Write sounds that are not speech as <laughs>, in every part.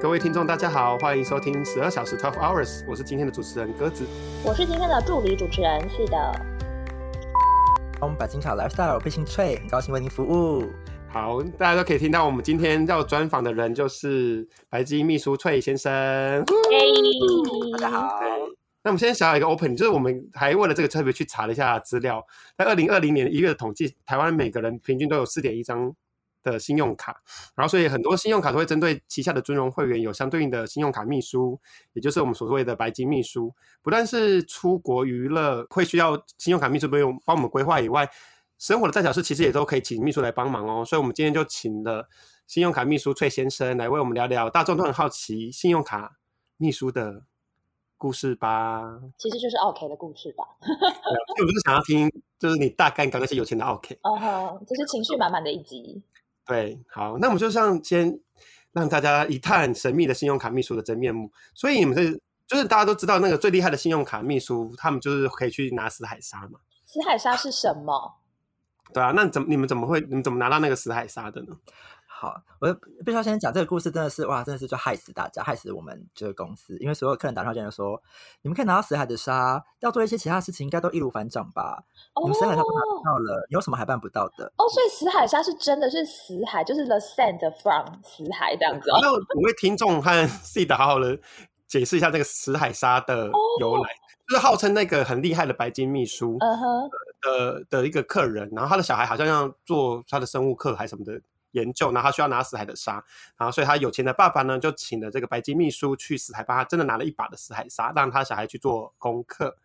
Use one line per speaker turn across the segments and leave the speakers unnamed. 各位听众，大家好，欢迎收听十二小时 Twelve Hours，我是今天的主持人鸽子。
我是今天的助理主持人，是的，
我们百金卡 lifestyle 被新翠，很高兴为您服务。
好，大家都可以听到，我们今天要专访的人就是白金秘书翠先生。
大家
哎，
好，
那我们先想要一个 open，就是我们还为了这个特别去查了一下资料，在二零二零年一月的统计，台湾每个人平均都有四点一张的信用卡，然后所以很多信用卡都会针对旗下的尊荣会员有相对应的信用卡秘书，也就是我们所谓的白金秘书。不但是出国娱乐会需要信用卡秘书帮我们帮我们规划以外，生活的大小事其实也都可以请秘书来帮忙哦。所以我们今天就请了信用卡秘书翠先生来为我们聊聊，大众都很好奇信用卡秘书的故事吧。啊
其实就是 OK 的故事吧。
所以我就是想要听，就是你大概搞那些有钱的 OK。
哦吼，就是情绪满满的一集。
对，好，那我们就像先让大家一探神秘的信用卡秘书的真面目。所以你们这就是大家都知道那个最厉害的信用卡秘书，他们就是可以去拿死海沙嘛，
死海沙是什么？
对啊，那你怎么你们怎么会你们怎么拿到那个死海沙的呢？
好，我必须要先讲这个故事，真的是哇，真的是就害死大家，害死我们这个公司，因为所有客人打电话进来就说，你们可以拿到死海的沙，要做一些其他事情，应该都易如反掌吧？
哦
你嗯们死海沙都拿到了，有什么还办不到的？
哦，所以死海沙是真的是死海，就是 the sand from 死海这样子哦。
那我为听众和 <laughs> C 的好好的解释一下这个死海沙的由来，就是号称那个很厉害的白金秘书
嗯哼，
的的一个客人，然后他的小孩好像要做他的生物课还是什么的研究，然后他需要拿死海的沙，然后所以他有钱的爸爸呢就请了这个白金秘书去死海帮他真的拿了一把的死海沙，让他小孩去做功课。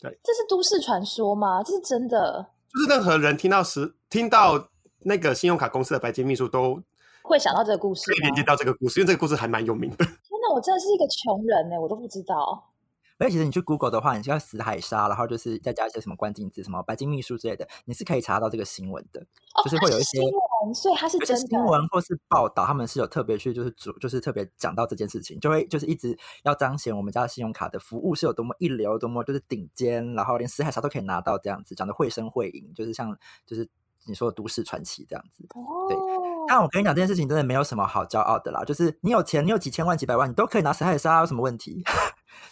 这是都市传说吗？这是真的
就是任何人听到时听到那个信用卡公司的白金秘书都
会想到这个故事
可以
吗
连？接到这个故事，因为这个故事还蛮有名的。
天哪，我真的是一个穷人呢、我都不知道。
而且其实你去 Google 的话，你就要死海沙，然后就是再加一些什么关键字，什么白金秘书之类的，你是可以查到这个新闻的。
哦，
就是会有一些
它新闻，所以它是
而
真
且
的。
新闻或是报道，他们是有特别去就是主就是特别讲到这件事情，就会就是一直要彰显我们家的信用卡的服务是有多么一流，多么就是顶尖，然后连死海沙都可以拿到这样子，讲的绘声绘影，就是像就是你说的都市传奇这样子。对
哦，
但我跟你讲，这件事情真的没有什么好骄傲的啦，就是你有钱，你有几千万、几百万，你都可以拿死海沙，有什么问题？ <laughs>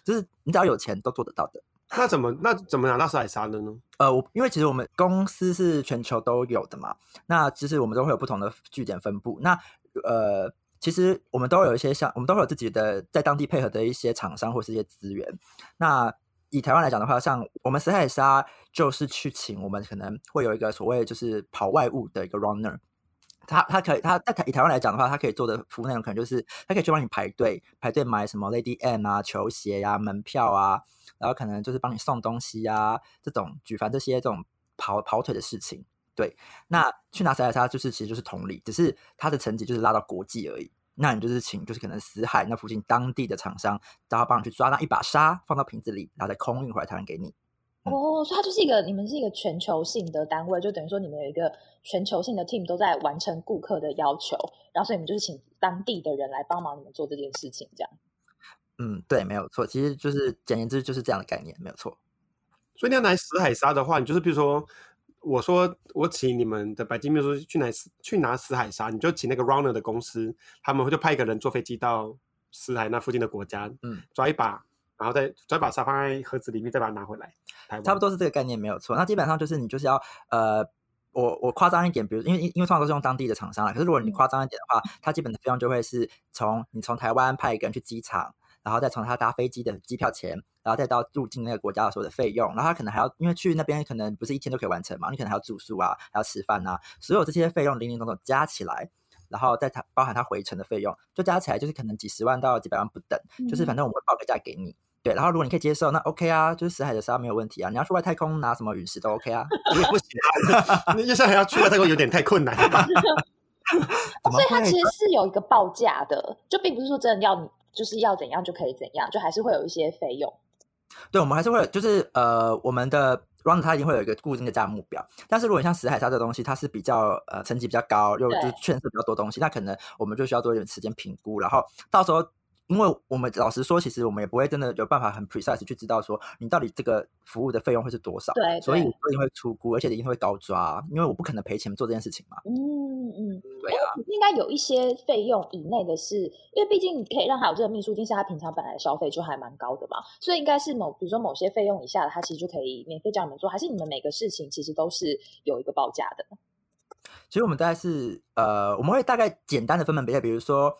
就是你只要有钱都做得到的。
那怎么那怎么拿到死海沙的呢？
呃，我因为其实我们公司是全球都有的嘛，那其实我们都会有不同的据点分布。那呃，其实我们都有一些像，我们都会有自己的在当地配合的一些厂商或是一些资源。那以台湾来讲的话，像我们死海沙就是去请我们可能会有一个所谓就是跑外务的一个 runner。他他可以，他在台以台湾来讲的话，他可以做的服务内容可能就是，他可以去帮你排队，排队买什么 Lady M 啊、球鞋呀、门票啊，然后可能就是帮你送东西啊，这种举凡这些这种跑跑腿的事情。对，那去拿塞尔沙就是其实就是同理，只是它的层级就是拉到国际而已。那你就是请就是可能死海那附近当地的厂商，然后帮你去抓那一把沙，放到瓶子里，然后再空运回来台湾给你。
哦，所以它就是一个你们是一个全球性的单位，就等于说你们有一个全球性的 team 都在完成顾客的要求，然后所以你们就是请当地的人来帮忙你们做这件事情，这样。
嗯，对，没有错，其实就是简言之就是这样的概念，没有错。
所以你要拿死海沙的话，你就是比如说，我说我请你们的白金秘书去拿死去拿死海沙，你就请那个 runner 的公司，他们会就派一个人坐飞机到死海那附近的国家，
嗯，
抓一把，然后再抓一把沙放在盒子里面，再把它拿回来。台湾
差不多是这个概念没有错。那基本上就是你就是要呃，我我夸张一点，比如因为因为通常都是用当地的厂商啦，可是如果
嗯
你夸张一点的话，它基本的费用就会是从你从台湾派一个人去机场，然后再从他搭飞机的机票钱，然后再到入境那个国家的所有的费用，然后他可能还要因为去那边可能不是一天就可以完成嘛，你可能还要住宿啊，还要吃饭啊，所有这些费用零零总总加起来。然后再它包含它回程的费用，就加起来就是可能几十万到几百万不等，
嗯
就是反正我们会报个价给你。对，然后如果你可以接受，那 OK 啊，就是死海的沙没有问题啊。你要去外太空拿什么陨石都
<laughs>
OK 啊。
因 <laughs> 为不行啊，那就像还要去外太空有点太困难了吧？ <laughs>
<laughs>
哦
怎么
所以它
会
其实是有一个报价的，就并不是说真的要你就是要怎样就可以怎样，就还是会有一些费用。
对，我们还是会有就是呃，我们的 round 它一定会有一个固定的价目标，但是如果像死海沙这东西，它是比较呃层级比较高，又就
对
是券色比较多东西，那可能我们就需要做一点时间评估，然后到时候因为我们老实说，其实我们也不会真的有办法很 precise 去知道说你到底这个服务的费用会是多少，
对，
所以
对
我一定会出估，而且一定会高抓，啊因为我不可能赔钱做这件事情嘛。
嗯嗯，
对啊，
应该有一些费用以内的是，因为毕竟可以让他有这个秘书金，是他平常本来的消费就还蛮高的嘛，所以应该是某，比如说某些费用以下的，他其实就可以免费叫你们做，还是你们每个事情其实都是有一个报价的？
其实我们大概是呃，我们会大概简单的分门别类，比如说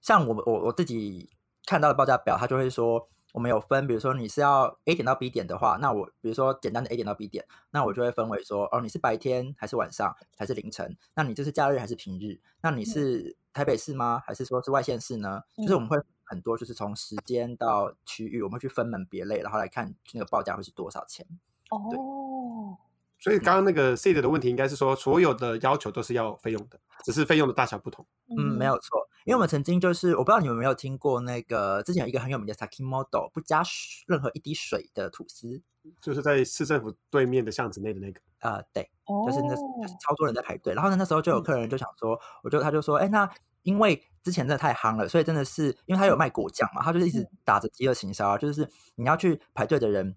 像我们我我自己看到的报价表，它就会说我们有分，比如说你是要 A 点到 B 点的话，那我比如说简单的 A 点到 B 点，那我就会分为说哦，你是白天还是晚上还是凌晨？那你这是假日还是平日？那你是台北市吗？还是说是外县市呢？就是我们会很多就是从时间到区域，我们会去分门别类，然后来看那个报价会是多少钱。
哦，
所以刚刚那个 seed 的问题应该是说，所有的要求都是要有费用的，只是费用的大小不同。
嗯，没有错，因为我们曾经就是，我不知道你们有没有听过那个之前有一个很有名的 Saki Model，不加水任何一滴水的吐司，
就是在市政府对面的巷子内的那个，
呃，对，
哦，
就是那就是超多人在排队，然后呢，那时候就有客人就想说，我就他就说，哎，那因为之前真的太夯了，所以真的是因为他有卖果酱嘛，他就是一直打着饥饿行销啊，就是你要去排队的人，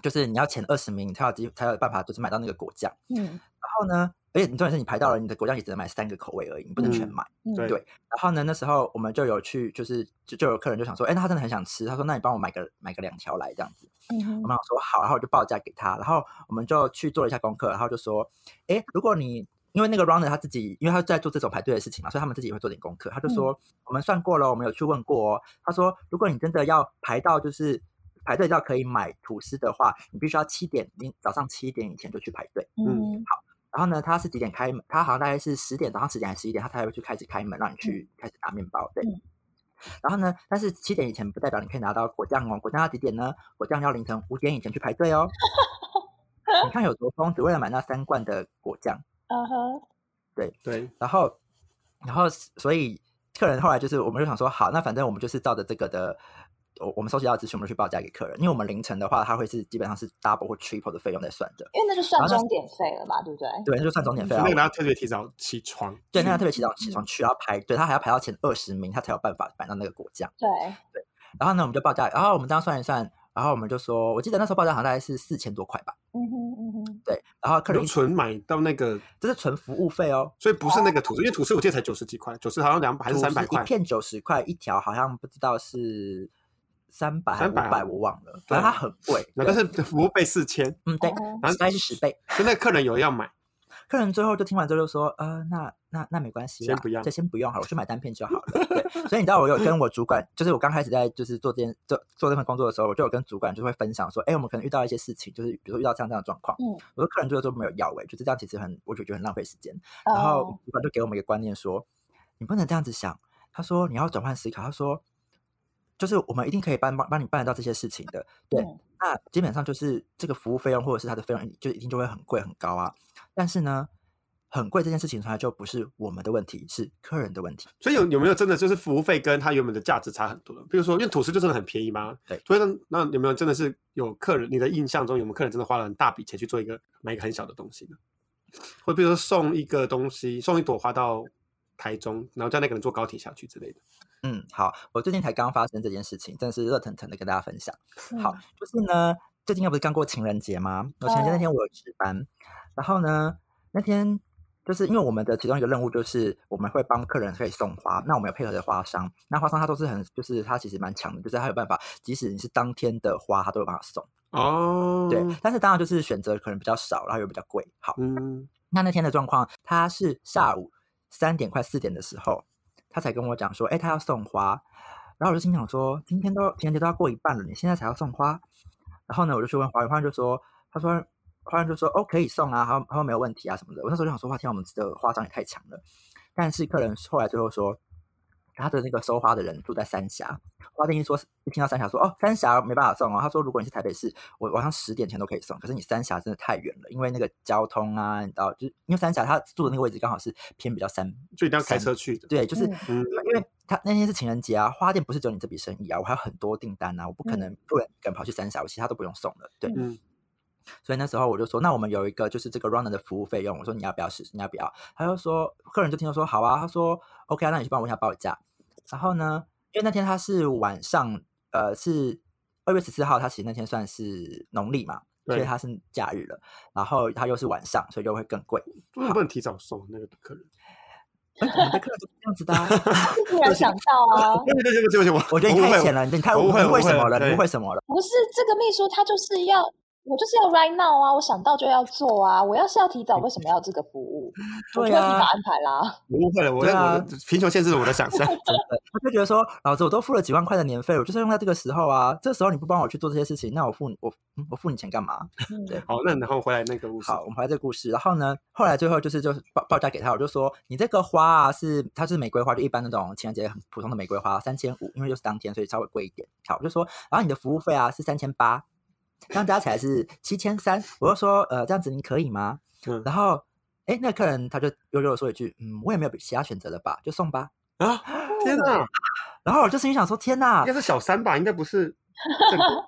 就是你要前二十名才有机才有办法就是买到那个果酱，
嗯
然后呢，而且你重点是你排到了，你的果酱也只能买三个口味而已，你不能全
嗯
买。
嗯，
对
对，然后呢，那时候我们就有去，就是就就有客人就想说，哎，那他真的很想吃，他说那你帮我买个买个两条来这样子。
嗯
我
哼
们想说好，然后我就报价给他，然后我们就去做了一下功课，然后就说，哎，如果你因为那个 runner 他自己，因为他在做这种排队的事情嘛，所以他们自己也会做点功课。他就说，我们算过了，我们有去问过哦。他说，如果你真的要排到就是排队到可以买吐司的话，你必须要七点，你早上七点以前就去排队。
嗯
然后呢，他是几点开门？他好像大概是十点，早上十点还是十一点，他才会去开始开门，让你去开始拿面包。对。
嗯
然后呢，但是七点以前不代表你可以拿到果酱哦。果酱要几点呢？果酱要凌晨五点以前去排队哦。你看有多疯，只为了买那三罐的果酱。
啊哈，
对，
然后，然后，所以客人后来就是，我们就想说，好，那反正我们就是照着这个的，我我们收集到的资讯，我们去报价给客人。因为我们凌晨的话，它会是基本上是 double 或 triple 的费用在算的。
因为那就算
然后那
终点费了嘛，对不对？
对，那就算总点费
所以那
啊。
个要特别提早起床。
对，那
去
他特别起早起
嗯
床去，然后排队，他还要排到前二十名，他才有办法买到那个果酱。
对，
然后呢，我们就报价，然后我们这样算一算，然后我们就说，我记得那时候报价好像大概是四千多块吧，
嗯哼嗯哼，
对。然后客人
有
一
纯买到那个，
这是纯服务费哦，
所以不是那个吐司，因为吐司我记得才九十几块，九十好像两百还是
吐司
三百块
一，片九十块一条，好像不知道是三百还五
300啊
百，我忘了，反正它很贵。
那但
对
是服务费四千，
嗯对，
哦
然后
大概是十倍。
所以那个客人有要买，
客人最后就听完之后就说，呃，那那那没关系啦，
先不要
这先不用好了，我去买单片就好了。对，所以你知道我有跟我主管，就是我刚开始在就是做这件做做这份工作的时候，我就有跟主管就会分享说，哎，我们可能遇到一些事情，就是比如说遇到这样这样的状况，
嗯
我说客人最后都没有要、欸，就是这样，其实很我就觉得很浪费时间。然
哦
后主管就给我们一个观念说，你不能这样子想。他说你要转换思考，他说就是我们一定可以帮帮帮你办得到这些事情的。对，
嗯
那基本上就是这个服务费用或者是它的费用，就一定就会很贵很高啊。但是呢，很贵这件事情从来就不是我们的问题，是客人的问题。
所以有有没有真的就是服务费跟它原本的价值差很多？比如说，因为吐司就真的很便宜嘛，
对
所以呢，那有没有真的是有客人？你的印象中有没有客人真的花了很大笔钱去做一个买一个很小的东西呢？或比如说送一个东西，送一朵花到台中，然后叫那个人坐高铁下去之类的。
嗯，好，我最近才刚发生这件事情，真的是热腾腾的跟大家分享。好
嗯，
就是呢，最近又不是刚过情人节吗？我情人节那天我有值班，然后呢，那天就是因为我们的其中一个任务就是我们会帮客人可以送花，那我们有配合的花商，那花商他都是很就是他其实蛮强的，就是他有办法，即使你是当天的花，他都有办法送。
哦，
对，但是当然就是选择可能比较少，然后又比较贵。好，
嗯，
那那天的状况，他是下午三点快四点的时候，他才跟我讲说，哎、他要送花。然后我就心想说，今天都情人节都要过一半了，你现在才要送花？然后呢，我就去问花园，花园就说，他说，花园就说，哦，可以送啊，他说他说没有问题啊什么的。我那时候就想说，哇，天啊，我们的花商也太强了。但是客人后来最后说，他的那个收花的人住在三峡，花店一说一听到三峡说，哦，三峡没办法送哦。他说，如果你是台北市，我晚上十点前都可以送，可是你三峡真的太远了，因为那个交通啊，你知道，就是因为三峡他住的那个位置刚好是偏比较山，
就一定要开车去的。
对，就是
嗯
嗯
因为因为他那天是情人节啊，花店不是只有你这笔生意啊，我还有很多订单啊，我不可
嗯
能不然敢跑去三峡，我其他都不用送了，对，
嗯，
所以那时候我就说，那我们有一个就是这个 runner 的服务费用，我说你要不要试，你要不要？他就说，客人就听到说好啊，他说 OK 啊，那你去帮我问一下报价。然后呢，因为那天它是晚上，呃，是二月十四号，它其实那天算是农历嘛，所以
对
它是假日了，然后它又是晚上，所以就会更贵。
为什么不能提早送那个客人？
哎，我们的客人就是这样子的啊、
<laughs> 突然想到啊，
对对对对对，我 <laughs>
我觉得你
误会
太浅了，你太
我误
误
会我
会
误会
什么了，
对
你误会什么了？
不是这个秘书，他就是要我就是要 right now 啊，我想到就要做啊，我要是要提早，为什么要这个
<laughs>
服务？我就
对
要提
啊
早，安排啦。 <laughs>
我误会了，我
对
在
啊
我的贫穷限制了我的
<laughs>
想象。
他就觉得说，老子我都付了几万块的年费，我就是用在这个时候啊，这时候你不帮我去做这些事情，那我付你我嗯我付你钱干嘛？
嗯，
对
好，那然后回来那个故事，
好，我们回来这个故事。然后呢，后来最后就是就是报报价给他，我就说你这个花啊是它是玫瑰花，就一般那种情人节很普通的玫瑰花，三千五，因为就是当天，所以稍微贵一点。好，我就说，然后你的服务费啊是三千八，这样加起来是七千三。我就说，呃，这样子您可以吗？
嗯
然后，哎，那客人他就悠悠的说一句，嗯，我也没有其他选择了吧，就送吧。
啊，天哪，
然后我就心里想说，天呐
应，该是小三吧，应该不是正宫，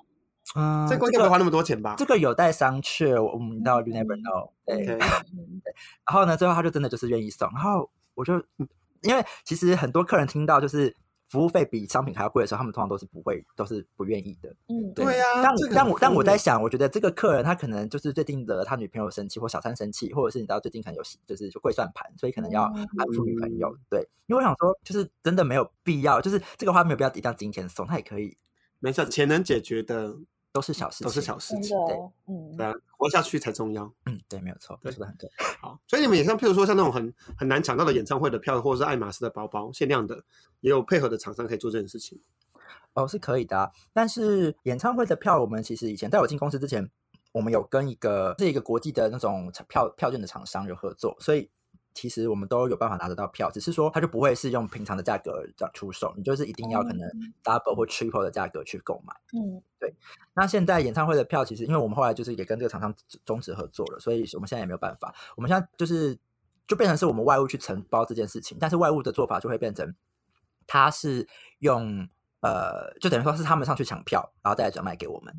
嗯，
正宫应该
这
不会花
个
那么多钱吧
这？个有待商榷，我们到 you never know。对。
OK
嗯
然后呢，最后他就真的就是愿意送。然后我就因为其实很多客人听到就是服务费比商品还要贵的时候，他们通常都是不会，都是不愿意的。
嗯，
对啊
但
这个
但
很
我但我
疯
在
耶
想，我觉得这个客人他可能就是最近惹了他女朋友生气，或小三生气，或者是你知道最近可能有就是就会算盘，所以可能
哦
要
嗯
啊
安抚女朋友。对，因为我想说，就是真的没有必要，就是这个花没有必要一定要今天送，他也可以
没事，钱能解决的
都是小事情，
嗯都是小事
真
情，
的
对
哦，嗯
对，啊，活下去才重要。
嗯，对，没有错，
对
说的很对。
好，所以你们也像，譬如说像那种很很难抢到的演唱会的票，或者是爱马仕的包包，限量的，也有配合的厂商可以做这件事情。
哦，是可以的、啊，但是演唱会的票，我们其实以前在我进公司之前，我们有跟一个是一个国际的那种厂票票券的厂商有合作，所以其实我们都有办法拿得到票，只是说它就不会是用平常的价格这样出售，你就是一定要可能
哦
double 或 triple 的价格去购买。
嗯
那现在演唱会的票，其实因为我们后来就是也跟这个厂商终终止合作了，所以我们现在也没有办法。我们现在就是就变成是我们外务去承包这件事情，但是外务的做法就会变成，他是用呃，就等于说是他们上去抢票，然后再来转卖给我们，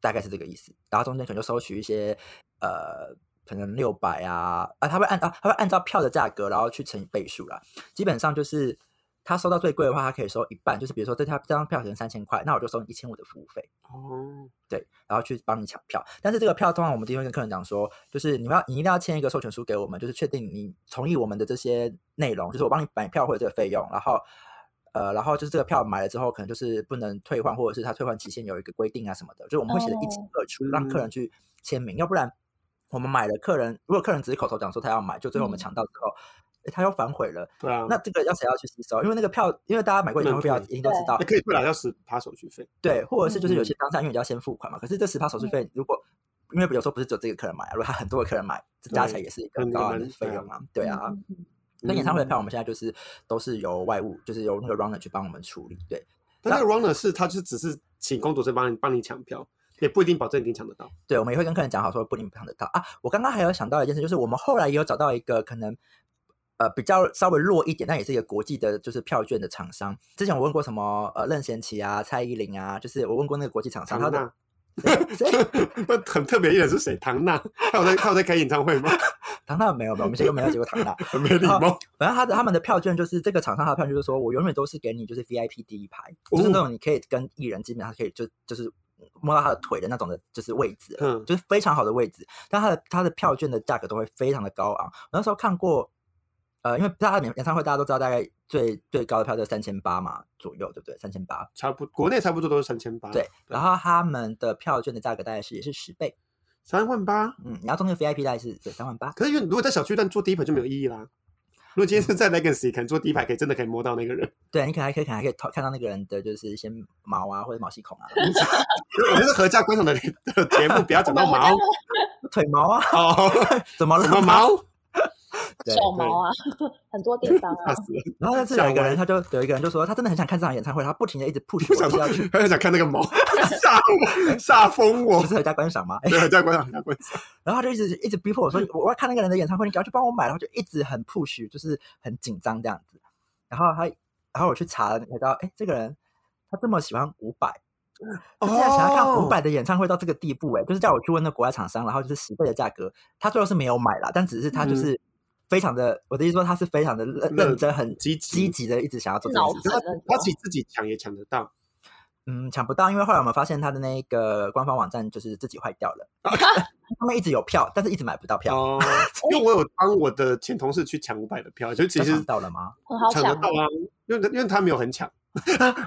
大概是这个意思。然后中间可能就收取一些呃。可能六百啊啊，他会按啊，他会按照票的价格，然后去乘以倍数啦。基本上就是他收到最贵的话，他可以收一半，就是比如说这张这张票可能三千块，那我就收你一千五的服务费。
哦，
对，然后去帮你抢票。但是这个票通常我们一定会跟客人讲说，就是你们要你一定要签一个授权书给我们，就是确定你同意我们的这些内容，就是我帮你买票会有这个费用，然后呃，然后就是这个票买了之后，可能就是不能退换，或者是它退换期限有一个规定啊什么的，就是我们会写的一清二楚，让
嗯
客人去签名，要不然我们买了客人，如果客人只是口头讲说他要买，就最后我们
嗯
抢到之后。诶他又反悔了，
对啊，
那这个要谁要去吸收？因为那个票，因为大家买过演唱
不
会
能
票，
退
一定都知道
那，可以不了要十趴手续费。
对，或者是就是有
嗯
些当下因为你要先付款嘛，可是这十趴手续费，如果因为有时候不是只有这个客人买，啊如果他很多个客人买，这加起来
对
也是一
那
个很
你
高
蛮
昂的费
对啊
用啊，对啊。
嗯嗯
那演唱会的
嗯
票，我们现在就是都是由外务，就是由那个 runner 去帮我们处理，对
但那个 runner 是他就是只是请工作证帮你帮你抢票，也不一定保证一定抢得到。
对，我们也会跟客人讲好说不一定抢得到啊。我刚刚还有想到一件事，就是我们后来也有找到一个可能。呃，比较稍微弱一点，但也是一个国际的，就是票券的厂商。之前我问过什么呃任贤齐啊、蔡依林啊，就是我问过那个国际厂商，
唐
他的
娜，
谁谁
<laughs> 那很特别一人是谁？唐娜，他
<laughs>
有在他有在开演唱会吗？ <laughs>
唐娜没有吧？我们现在又没有结果唐娜，
很没礼
啊
貌。
反正他的他们的票券就是这个厂商他的票券就是说我永远都是给你就是 VIP 第一排，就是那种你可以跟艺人基本上可以就就是摸到他的腿的那种的，就是位置了，
嗯，
就是非常好的位置。但他的他的票券的价格都会非常的高昂。我那时候看过，呃，因为大家演演唱会大家都知道，大概最最高的票就三千八嘛左右，对不对？三千八，
差不国内差不多都是三千八，
对。然后他们的票券的价格大概是也是十倍，
三万八。
嗯，然后中间 VIP 大概是对三万八。
可是因为如果在小区段坐第一排就没有意义啦。如果今天是在 Legacy，可能坐第一排可以真的可以摸到那个人。
对，啊你可能还可以可能还可以看到那个人的就是一些毛啊，或者毛细孔啊，
我们是合家观赏的的节目，不要
嗯
讲到
<laughs>
毛
<laughs>
腿毛啊，
哦，
怎么了
什么毛？
对
手毛啊，很
<laughs>
多地方
吓
啊，
死人！
然后那次
吓
有一个
歪
人，他就有一个人就说，他真的很想看这场演唱会，他不停的
<laughs>
一直 push
不
我
想
就是
说
要去，，
很想看那个毛，吓我，吓疯我
不。是合家观赏吗？哎
对，合家观赏，合家观赏。
然后他就一直一直逼迫我说，我要看那个人的演唱会，你赶快去帮我买，然后就一直很 push，就是很紧张这样子。然后他，然后我去查了，才知道，哎，这个人他这么喜欢伍佰，他竟然哎想要
哦
看伍佰的演唱会到这个欸地步、哎，就是叫我去问那国外厂商，然后就是十倍的价格，他最后是没有买啦，但只是他就
嗯
是非常的，我的意思说他是非常的认
乐
认真、很
积极
积极的，一直想要做这
脑
件事
可
情
是
子。
他他其实自己抢也抢得到，
嗯，抢不到，因为后来我们发现他的那个官方网站就是自己坏掉了，他们一直有票，但是一直买不到票。
啊哦，因为我有帮我的前同事去抢五百的票，就其
就
实
抢到了吗？
很好
抢
抢
得到。
啊
啊，因为因为他没有很抢，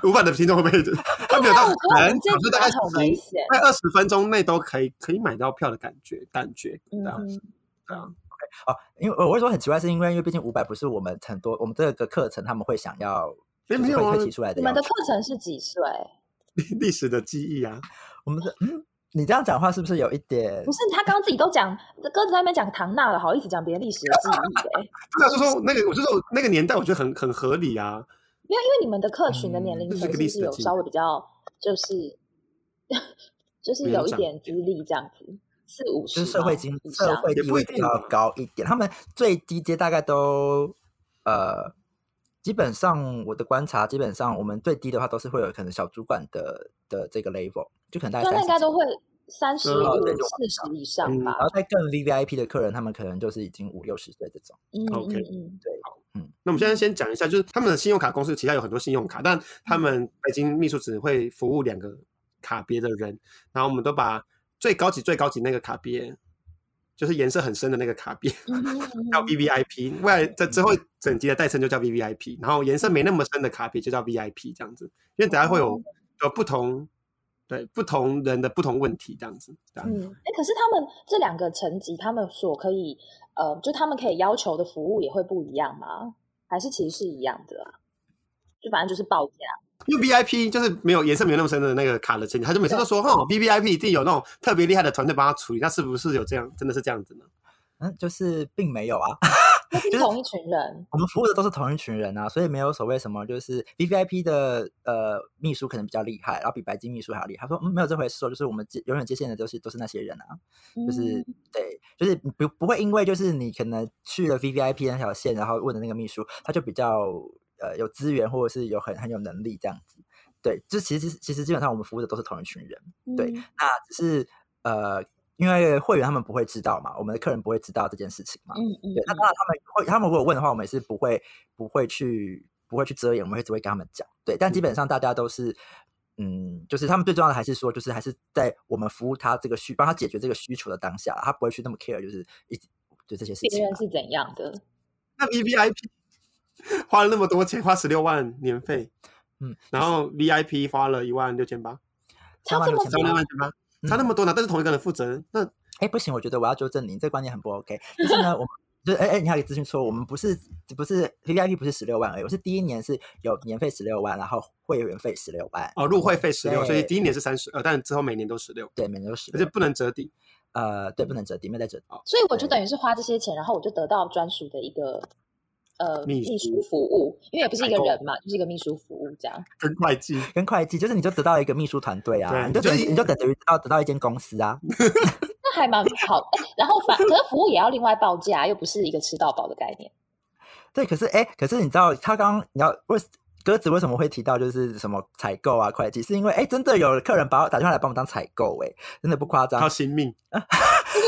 五百的听众会不
<laughs>
会觉得他没有到
但我觉得我
很
们这
抢，就大概
集很危
十
险。
快二十分钟内都可以可以买到票的感觉，感觉对啊，
嗯，
对啊，
哦，因为我会说很奇怪，是因为因为毕竟五百不是我们很多我们这个课程他们会想要
哎
就是
没有
会
啊
会提出来的
你
要
们的
求。
课程是几岁？
历史的记忆啊，
我们的嗯，你这样讲话是不是有一点
不？是他刚刚自己都讲，鸽子在那边讲唐娜了，好，一直讲别的历史的记忆、欸。
对啊，就说那个，我就说那个年代，我觉得很很合理啊，
因为因为你们的客群的年龄
嗯这是
层
个
是
历
不
史
是
的
有
记忆
稍微比较就是 <laughs> 就是
年
有一
长
点资历这样子，四五十
就是社会
吗
经
以
社
上
会
也
地
不
位
一
比
定
较
吧
高一点，他们最低阶大概都呃，基本上我的观察，基本上我们最低的话都是会有可能小主管的的这个 level，就可能大概
但
三
那
十
应该都会三十
嗯
五
对就
四十以上
嗯
吧
然。后再更 V V I P 的客人，他们可能就是已经五六十岁这种。
嗯
OK
嗯嗯，
那我们现在先讲一下，就是他们的信用卡公司旗下有很多信用卡，但他们北京秘书只会服务两个卡别的人，然后我们都把最高级最高级那个卡别，就是颜色很深的那个卡别
嗯
<laughs>
哼嗯哼
叫 V V I P，未来在之后整集的代称就叫 V V I P，然后颜色没那么深的卡别就叫 V I P 这样子，因为等下会有有不同对不同人的不同问题这样子，对啊
嗯，哎、可是他们这两个层级，他们所可以呃，就他们可以要求的服务也会不一样吗？还是其实是一样的啊？就反正就是报价，
因为 VIP 就是没有颜色没有那么深的那个卡的钱，他就每次都说哦，VVIP 一定有那种特别厉害的团队帮他处理，那是不是有这样？真的是这样子呢？
嗯，就是并没有啊， <laughs>
那是
就是
同一群人。
我们服务的都是同一群人啊，所以没有所谓什么，就是 V V I P 的呃秘书可能比较厉害，然后比白金秘书还要厉害。他说、嗯、没有这回事哦，就是我们接永远接线的都是都是那些人啊。就是、
嗯
对，就是不不会因为就是你可能去了 V V I P 那条线，然后问的那个秘书，他就比较呃有资源或者是有很很有能力这样子。对，就其实其实基本上我们服务的都是同一群人，对
嗯
那只是呃，因为会员他们不会知道嘛，我们的客人不会知道这件事情嘛。
嗯嗯，
对，那当然他们会，他们如果问的话，我们也是不会不会去不会去遮掩，我们会只会跟他们讲。对，但基本上大家都是，嗯，就是他们最重要的还是说，就是还是在我们服务他这个需，帮他解决这个需求的当下，他不会去那么 care，就是一直就这些事
别
情
人
啊。
是怎样的？
那 VVIP <laughs> 花了那么多钱，花十六万年费，
嗯，
然后 VIP 花了一万六千八，
他
万
这
六
么
千
三
八
万六千八，
嗯
差那么多呢，但是同一个人负责任，那
哎，不行，我觉得我要纠正你，这个观念很不 OK。就是呢，我们就是哎哎，你还有一个资讯错误，我们不是不是 VIP 不是十六万而已，我是第一年是有年费十六万，然后会员费十六万。
哦入会费十六，所以
对
第一年是三十二，但之后每年都十六，
对，每年都十
而且不能折抵。
呃，对，不能折抵，没有在折抵。
所以我就
对
等于是花这些钱，然后我就得到专属的一个呃
秘
秘
书
书服务，因为也不是一
采
个
购
人嘛，就是一个秘书服务这样。
跟会计，
跟会计，就是你就得到一个秘书团队啊，
对
你就等
就嗯
于
是
你就等于得到得到一间公司啊，
那还蛮好的，哎然后反可是服务也要另外报价，又不是一个吃到饱的概念。
对。可是哎，可是你知道他刚刚你要为鸽子为什么会提到就是什么采购啊会计，是因为哎真的有客人把我打电话来帮我当采购哎、真的不夸张
靠，性命，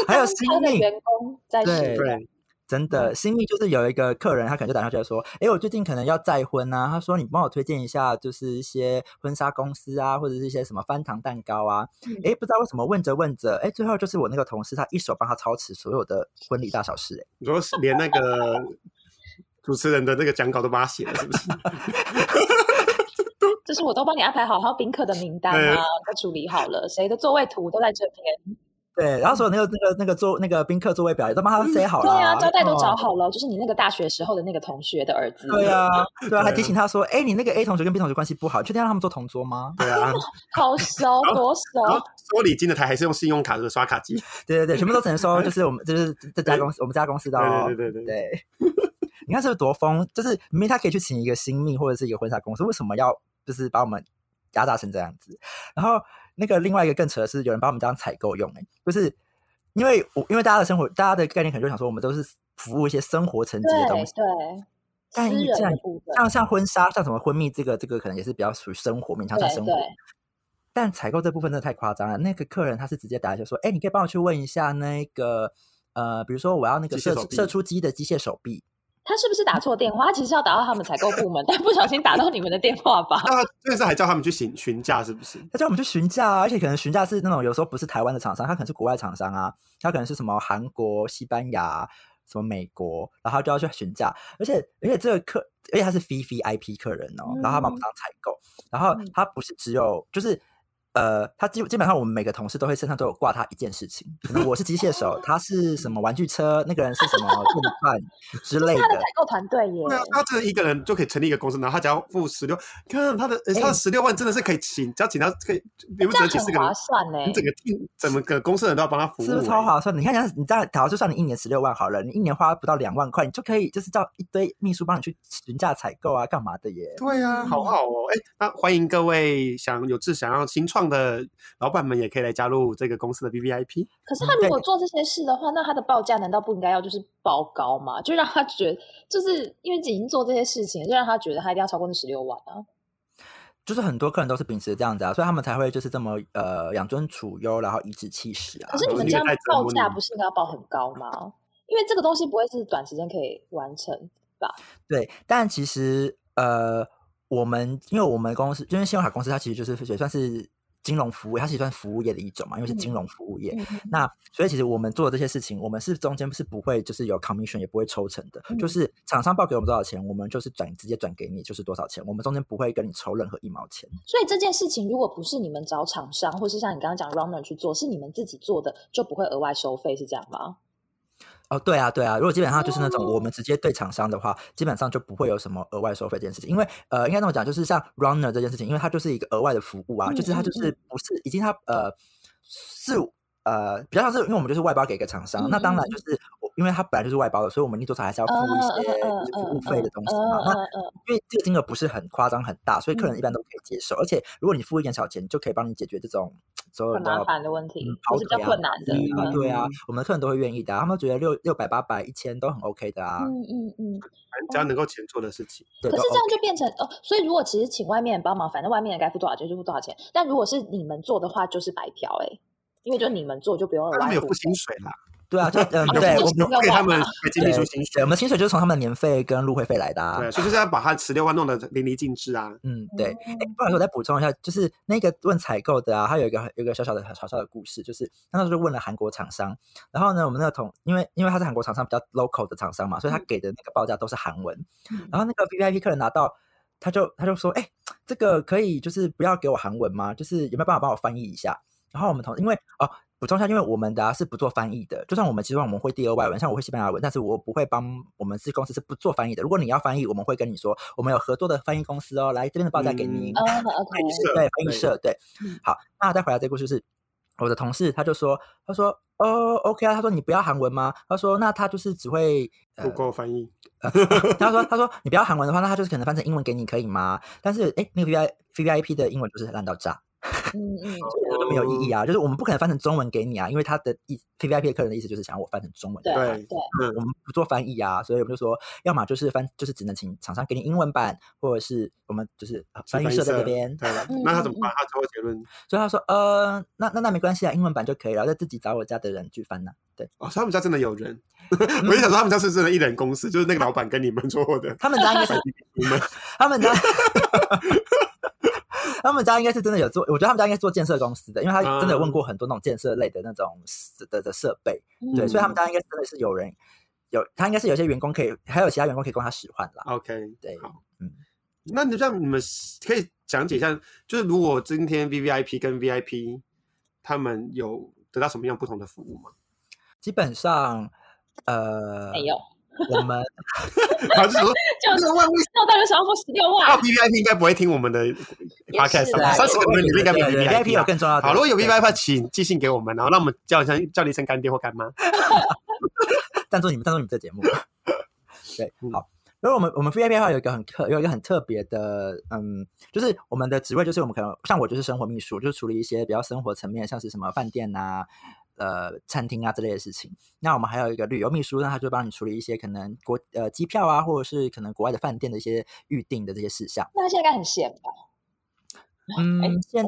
还有
公
新
开的
命
员工在
对
学的，
对，
真的，
嗯
新密就是有一个客人，他可能就打电话就说：“诶，我最近可能要再婚啊，他说你帮我推荐一下，就是一些婚纱公司啊，或者是一些什么翻糖蛋糕啊。
嗯
诶，不知道为什么问着问着，诶，最后就是我那个同事，他一手帮他操持所有的婚礼大小事、诶，
你说是连那个主持人的那个讲稿都帮他写了，是
<laughs>
不是？
就是我都帮你安排好，还有宾客的名单
对
啊，都处理好了，谁的座位图都在这边。
对，然后所有那个那个那个座那个宾客座位表也都帮他塞好
嗯对
了、
啊，招待都找
哦
好了，就是你那个大学时候的那个同学的儿子。
对啊，对啊，还
对啊
提醒他说：“诶，你那个 A 同学跟 B 同学关系不好，确定要让他们做同桌吗？”
对啊，
好
<laughs>
熟，多
然
熟
后。收礼金的台还是用信用卡的刷卡机，
对对对，全部都只能收，就是我们就是这家公司，我们这家公司的、哦。
对对对对对
对你看是不是多疯？就是明明他可以去请一个新密或者是一个婚纱公司，为什么要就是把我们压榨成这样子？然后那个另外一个更扯的是，有人把我们当采购用、欸，就是因为我因为大家的生活，大家的概念可能就想说，我们都是服务一些生活层级的东
对
西。
对，
但
私
你
人
这样
的部分，
像像婚纱，像什么婚蜜，这个这个可能也是比较属于生活，勉强算
对
生活
对。，
但采购这部分真的太夸张了。那个客人他是直接打来就说：“哎、你可以帮我去问一下那个呃，比如说我要那个
机械
射
手臂
射出机的机械手臂，
他是不是打错电话？他其实要打到他们采购部门， <laughs> 但不小心打到你们的电话吧？
那这次还叫他们去询询价，是不是？
他叫我们去询价啊，而且可能询价是那种有时候不是台湾的厂商，他可能是国外厂商啊，他可能是什么韩国、西班牙、什么美国，然后就要去询价，而且而且这个客，而且他是 V V I P 客人哦，然后他把我们当采购，然后
嗯
他不是只有就是。呃，他基基本上我们每个同事都会身上都有挂他一件事情，可能我是机械手，他是什么玩具车，那个人是什么电饭之
<laughs>
类
是他的
的
采，购团队耶
对。啊，他这一个人就可以成立一个公司，然后他只要付十六，看他的
哎
诶他的十六万真的是可以请，只要请到可以，你们只
这样
能请四
很
个人
划，算呢、
你整个 team 整个公司的人都要帮他服务、
是不是
欸
超划算的？你看，像你这样，假如就算你一年十六万好了，你一年花不到两万块，你就可以就是叫一堆秘书帮你去询价采购啊，干嘛的耶？
对啊，好
嗯
好哦。哎，那欢迎各位想有志想要新创的老板们，也可以来加入这个公司的 B V I P。
可是他
嗯
如
对
果做这些事的话，那他的报价难道不应该要就是报高吗？就让他觉得，就是因为已经做这些事情，就让他觉得他一定要超过那十六万啊。
就是很多客人都是秉持这样子啊，所以他们才会就是这么呃养尊处优，然后颐指气使啊
可。是你们
你也
这样
太折
报
磨
价
你
不是应该要报很高吗？因为这个东西不会是短时间可以完成。
对，但其实呃，我们因为我们公司，因为信用卡公司，它其实就是也算是金融服务业，它其实算服务业的一种嘛，因为是金
嗯
融服务业。
嗯
那所以其实我们做的这些事情，我们是中间是不会就是有 commission 也不会抽成的，
嗯
就是厂商报给我们多少钱，我们就是转直接转给你就是多少钱，我们中间不会跟你抽任何一毛钱。
所以这件事情如果不是你们找厂商，或是像你刚刚讲 runner 去做，是你们自己做的，就不会额外收费，是这样吗？
哦，对啊，对啊，如果基本上就是那种我们直接对厂商的话，基本上就不会有什么额外收费这件事情，因为呃，应该这么讲，就是像 runner 这件事情，因为它就是一个额外的服务啊，就是
嗯
它
嗯
就是不是已经它呃是呃比较像是因为我们就是外包给一个厂
嗯
商，那当然就是我因为它本来就是外包的，所以我们一定多少还是要付一些就是服务费的东西嘛，那
嗯嗯
因为这个金额不是很夸张很大，所以客人一般都可以接受。而且如果你付一点小钱，就可以帮你解决这种所有
很麻烦的问题
嗯，
或是比较
跑腿啊
困难的。
嗯
啊，
嗯
对啊，我们的客人都会愿意的啊、他们觉得六六百、八百、一千都很 OK 的啊。
嗯嗯嗯，
反正只要
哦
能够钱做的事情，
对，
可是
都
这样就变成哦，所以如果其实请外面人帮忙，反正外面人该付多少钱就付多少钱，但如果是你们做的话，就是白嫖哎、因为就你们做就不用额
但他
外
们有
付
付。薪水啦，
对啊，就哦
<laughs>
嗯，
就
对
是
我
这
们
样
给他们给金秘书
对
薪
对
水
我。们薪水就是从他们的年费跟入会费来的啊。
对，所以就是要把他十六万弄得淋漓尽致啊！
嗯，对。
嗯
不然我再补充一下，就是那个问采购的啊，他有一个有一个小小的小小的故事，就是他那时候就问了韩国厂商，然后呢，我们那个同因为因为他是韩国厂商比较 local 的厂商嘛，所以他给的那个报价都是韩文，
嗯
然后那个 V V I P 客人拿到，他就他就说，哎、这个可以就是不要给我韩文吗？就是有没有办法帮我翻译一下？然后我们同因为哦。补充一下，因为我们的、啊、是不做翻译的，就算我们其实我们会第二外文，像我会西班牙文，但是我不会帮我们是公司是不做翻译的。如果你要翻译，我们会跟你说，我们有合作的翻译公司哦，来这边的报价给您。
嗯
嗯，OK，
翻译
社
社，对翻译
对
社，对
嗯。
好，那再回来这个故事是，我的同事他就说，他说哦，OK 啊，他说你不要韩文吗？他说那他就是只会，呃
不够翻译，
他说他说你不要韩文的话，那他就是可能翻成英文给你可以吗？但是哎，那个 V I V I P 的英文就是烂到炸，
嗯嗯，
这都没有意义啊，就是我们不可能翻成中文给你啊，因为他的意 V I P 的客人的意思就是想要我翻成中文给
对啊
他，
对
对，
我们不做翻译啊，所以我们就说，要么就是翻，就是只能请厂商给你英文版，或者是我们就是呃翻译社在这边，
对
嗯，
那他怎么办？他最后结论
所以他说，呃，那那那没关系啊，英文版就可以了，再自己找我家的人去翻呐、啊对
哦，所以他们家真的有人，我就想说他们家是不是真的一人公司，就是那个老板跟你们做的，
他们家应该是
你们
他们家，他们家应该是真的有做，我觉得他们家应该是做建设公司的，因为他真的有问过很多那种建设类的那种的的的设备，对，
嗯
所以他们家应该真的是有人有，他应该是有些员工可以，还有其他员工可以供他使唤啦，
OK，
对，
好
嗯。
那你像你们可以讲解一下，就是如果今天 V V I P 跟 V I P 他们有得到什么样不同的服务吗？
基本上。呃，
没
<laughs>
有，
我们
然后就想说，
就是
六万为什
那到底想要付十六
么
啊
万？
V V I P 应该不会听我们的 podcast
对啊
吧？三十个人里面应该没有 V I
VIP
P
有更重要的。
好，如果有 V
对
V I P，请寄信给我们，然后让我们叫一声叫你一声干爹或干妈。
赞助你们，赞助你们这节目。对
嗯，
好。然后我们我们 VIP 的话有一个很特有一个很特别的，嗯，就是我们的职位就是我们可能像我就是生活秘书，就是处理一些比较生活层面，像是什么饭店啊、呃餐厅啊之类的事情。那我们还有一个旅游秘书，那他就帮你处理一些可能国呃机票啊，或者是可能国外的饭店的一些预定的这些事项。
那他现在应该很闲吧？
嗯，现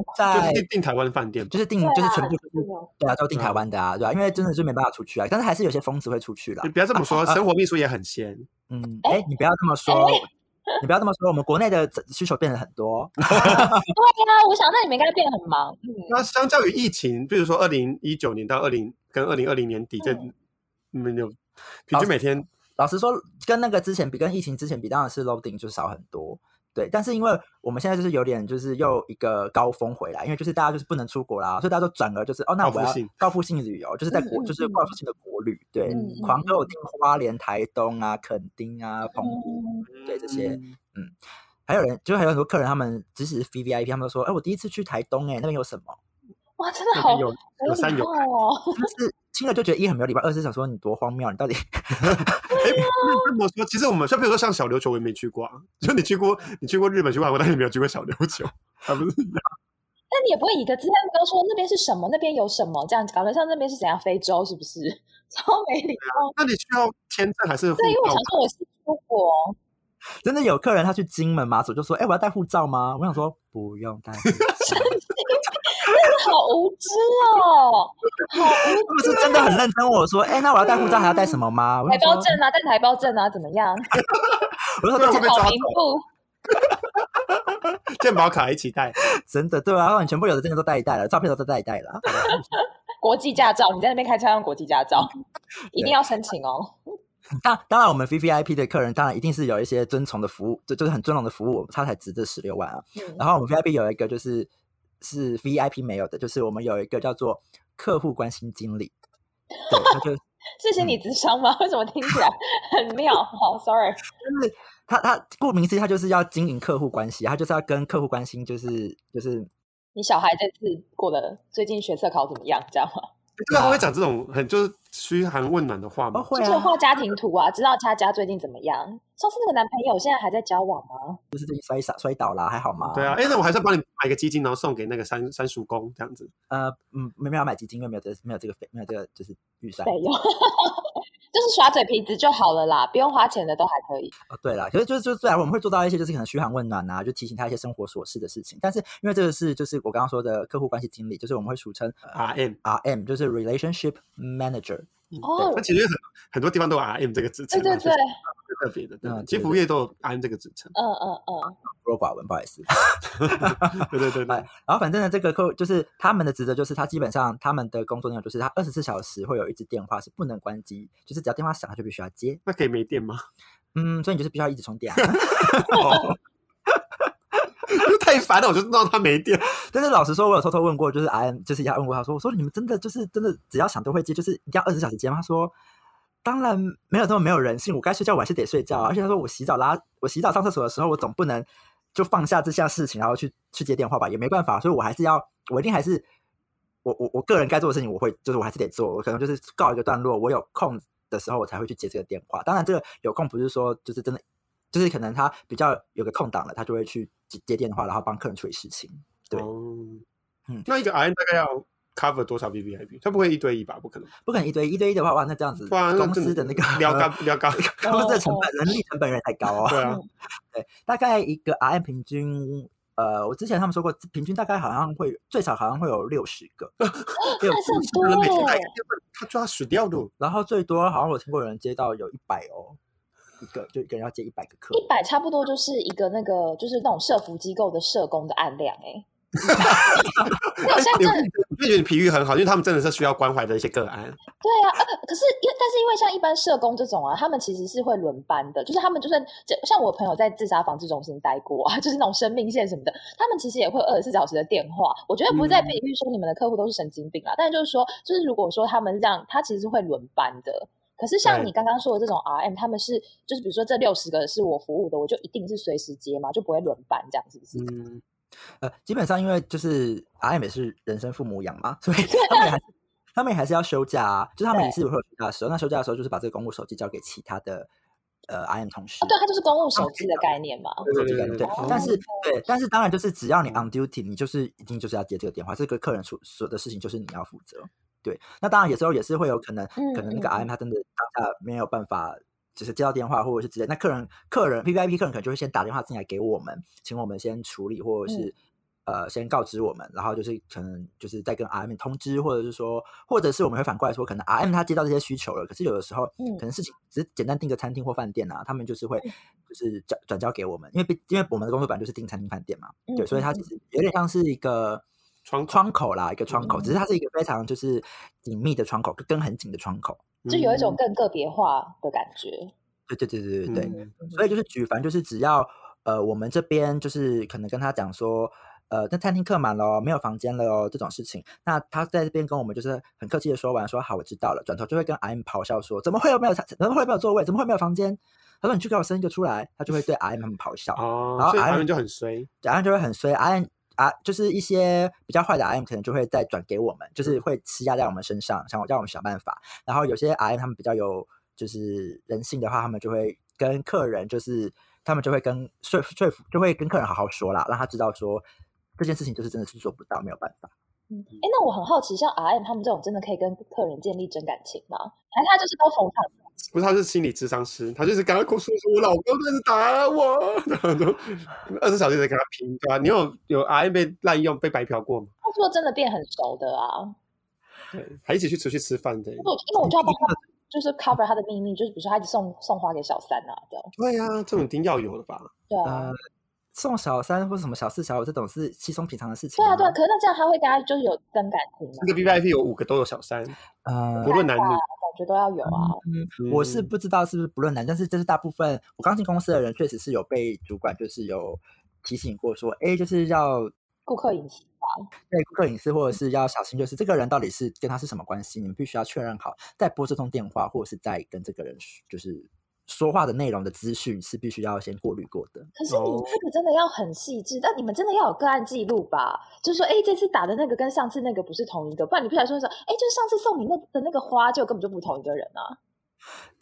就
在
订订台湾饭店吧，
就是定
对啊
就是全部都是
对啊
对啊，都定台湾的啊，对啊，因为真的是没办法出去啊，但是还是有些疯子会出去啦
你。不要这么说，生活秘书也很闲。
嗯，
哎
哎，你不要这么说
哎，
你不要这么说，我们国内的需求变得很多。
对呀、啊我想那你们应该变得很忙。嗯，
那相较于疫情，比如说二零一九年到二零跟二零二零年底，这
嗯
你们有平均每天
老实说，跟那个之前比，跟疫情之前比，当然是 loading 就少很多。对，但是因为我们现在就是有点就是又一个高峰回来，因为就是大家就是不能出国啦，所以大家都转而就是哦，那
报复
我要
性
报复性旅游，就是在国、
嗯嗯
就是
嗯
报复性的国旅，对，
嗯
狂给我订花莲、台东啊、垦丁啊、澎湖，
嗯
对这些还有人就是还有很多客人，他们即使是 V V I P，他们都说，哎，我第一次去台东、哎，那边有什么？
哇，真的
那
好
边有有
好
山
礼
有
貌哦。
就是听了就觉得一很没有礼貌，二是想说你多荒谬，你到底
哎，那这么说，其实我们像比如说像小琉球，我也没去过啊。就你去过，你去过日本，去过韩国，但是你没有去过小琉球，啊，不是一样？
那你也不会以一个姿态跟他说那边是什么，那边有什么这样子，搞得像那边是怎样非洲是不 <laughs> 是？超没礼貌。
那你需要签证还是护
对，因为我
照
想？说我是出国，
真的有客人他去金门马祖就说，哎，我要带护照吗？我想说不用带护照。
好无知哦，
<laughs>
他们是真的很认真问我说：“哎、那我要带护照还要带什么吗？”我
台
就
胞
说
证啊，但台胞证啊，怎么样？：“
我就
对
说
啊 <laughs> 会被抓
好
走
名不？
健保卡一起带，
真的对啊，然后你全部有的证件都带一带了，照片都带一带了。 <laughs>
国际驾照，你在那边开车要用国际
<laughs>
驾照，一定要申请哦。
当当然，我们 V V I P 的客人当然一定是有一些尊崇的服务，就就是很尊荣的服务，他才值这十六万啊。
嗯
然后我们 V I P 有一个就是是 V I P 没有的，就是我们有一个叫做客户关心经理，对，他就
是心理智商吗？ <laughs> 为什么听起来很妙？好，sorry。
就是他他顾名思义，他就是要经营客户关系，他就是要跟客户关心，就是就是
你小孩这次过得最近学测考怎么样？这样吗？
这啊个会讲这种很就是嘘寒问暖的话
哦
吗？
会
就是
啊，
画家庭图啊，知道他家最近怎么样？上次那个男朋友现在还在交往吗？
就是最近摔倒摔倒啦，还好吗？
对啊，哎，那我还是帮你买个基金，然后送给那个三三叔公这样子。
呃，嗯，没没有买基金，因为没有这没有这个费，没有这个就是预算
对。有， <laughs> 就是耍嘴皮子就好了啦，不用花钱的都还可以。
哦，对啦，可是就是就是虽然我们会做到一些就是可能嘘寒问暖啊，就提醒他一些生活琐事的事情，但是因为这个是就是我刚刚说的客户关系经理，就是我们会俗称
R M，
RM，就是 Relationship Manager。
哦
那，其实很 <laughs> 很多地方都有 R M 这个职
对
称啊，
对
就
对
是，特别的，对
嗯
其实服务业都有 R M 这个职称，
嗯嗯嗯，
孤陋寡闻，不好意思。 <laughs>
对对对对
哎，然后反正呢，这个客户就是他们的职责，就是他基本上他们的工作内容就是他二十四小时会有一支电话是不能关机，就是只要电话响他就必须要接。
那可以没电吗？ <laughs>
嗯，所以你就是必须要一直充电啊、
哦，太烦了，我就让他没电。
但是老实说，我有偷偷问过，就是 RM，就是要问过他说，我说你们真的就是真的只要想都会接，就是一定要二十小时接吗？他说当然没有这么没有人性，我该睡觉我还是得睡觉啊、而且他说我洗澡拉我洗澡上厕所的时候，我总不能就放下这项事情，然后去去接电话吧，也没办法，所以我还是要我一定还是我我我个人该做的事情，我会就是我还是得做，我可能就是告一个段落，我有空的时候我才会去接这个电话。当然，这个有空不是说就是真的。就是可能他比较有个空档了，他就会去接接电话，然后帮客人处理事情。对
哦
嗯
那一个 R M 大概要 cover 多少 V V I P？他不会一对一吧？不可能，
不可能一对一一对一的话，哇，那这样子
不然
公司的那个 <laughs>
撩高撩高，
公司的成
哦
本、人力成本也太高哦。
对啊，
<laughs>
嗯
大概一个 RM 平均，呃，我之前他们说过，平均大概好像会最少好像会有六十个，六
还是很
可能每天
多
打一
哎
个。电话，他就要死掉的。
然后最多好像我听过有人接到有一百哦，一个就一个人要接一百个客
一百差不多就是一个那个就是那种社服机构的社工的案量哎、
哎你会
那我现在真的
<laughs> 我就觉得你比喻很好，因为他们真的是需要关怀的一些个案。
对啊，呃可是因但是因为像一般社工这种啊，他们其实是会轮班的，就是他们就算就像我朋友在自杀防治中心待过啊， <laughs> 就是那种生命线什么的，他们其实也会二十四小时的电话。我觉得不是在比喻说你们的客户都是神经病啊，但是就是说，就是如果说他们这样，他其实是会轮班的。可是像
对
你刚刚说的这种 RM，他们是就是比如说这六十个是我服务的，我就一定是随时接嘛，就不会轮班这样，是不是？
嗯，
呃，基本上因为就是 RM 也是人生父母养嘛，所以他们也还
<laughs>
是他们也还是要休假啊，就是他们也是会有休假的时候。那休假的时候就是把这个公务手机交给其他的呃 RM 同事。
哦，对，它就是公务手机的概念嘛。
对对对对，
哦
但是对，嗯但是当然就是只要你 on duty，你就是一定就是要接这个电话，这个客人所所有的事情就是你要负责。对，那当然有时候也是会有可能，可能那个
嗯嗯
RM 他真的当下没有办法，就是接到电话或者是之类，那客人客人 P V I P 客人可能就会先打电话进来给我们，请我们先处理或者是、呃先告知我们，然后就是可能就是再跟 RM 通知，或者是说，或者是我们会反过来说，可能 RM 他接到这些需求了，可是有的时候
嗯
可能事情只是简单订个餐厅或饭店啊，他们就是会就是转转交给我们，因为毕因为我们的工作本来就是订餐厅饭店嘛，对，
嗯
所以它其实有点像是一个。
窗口
窗口啦，一个窗口，只
嗯
是它是一个非常就是紧密的窗口，跟很紧的窗口。
就有一种
嗯
更个别化的感觉。
对对对对对对，
嗯
所以就是举凡就是只要呃我们这边就是可能跟他讲说。呃，那餐厅客满了哦，没有房间了哦，这种事情，那他在这边跟我们就是很客气的说完，说好我知道了，转头就会跟 RM 咆哮说，怎么会有没有餐，怎么会没有座位，怎么会没有房间？他说你去给我生一个出来，他就会对 RM 他们咆哮，然
哦，
后
所以
RM
他们就很衰，
然后就会很衰，RM 啊，就是一些比较坏的 RM 可能就会再转给我们，就是会施压在我们身上，想让我们想办法。然后有些 RM 他们比较有就是人性的话，他们就会跟客人就是他们就会跟说说服，就会跟客人好好说啦，让他知道说这件事情就是真的是做不到，没有办法。
嗯，哎，那我很好奇，像 R M 他们这种真的可以跟客人建立真感情吗？还是他就是都逢场作戏？
不是他是心理智商师，他就是刚刚哭叔叔，我老公真是打我，然后都二十小时在跟他拼，对吧、啊你有有 R 被滥用被白嫖过吗？
他说真的变很熟的啊，
对，还一起去出去吃饭的。
我因为我就要帮他，就是 cover 他的秘密，就是比如说他一直送送花给小三啊，这样
对啊，这种一定要有的吧？
对啊。
呃，送小三或者什么小四、小五这种是稀松平常的事情、
对啊，对啊，可是那这样他会跟他就是有真感情吗
那？个 B Y P 有五个都有小三，
呃，
不论男女。
感觉都要有啊。
嗯
我是不知道是不是不论男，但是就是大部分我刚进公司的人，确实是有被主管就是有提醒过说，哎，就是要
顾客隐私，
对顾客隐私，或者是要小心，就是这个人到底是跟他是什么关系，你们必须要确认好，再拨这通电话，或者是再跟这个人说就是说话的内容的资讯是必须要先过滤过的。
可是你
哦
这个真的要很细致，但你们真的要有个案记录吧？就是说，哎，这次打的那个跟上次那个不是同一个，不然你不小心说，哎，就是上次送你那的那个花，就根本就不同一个人啊。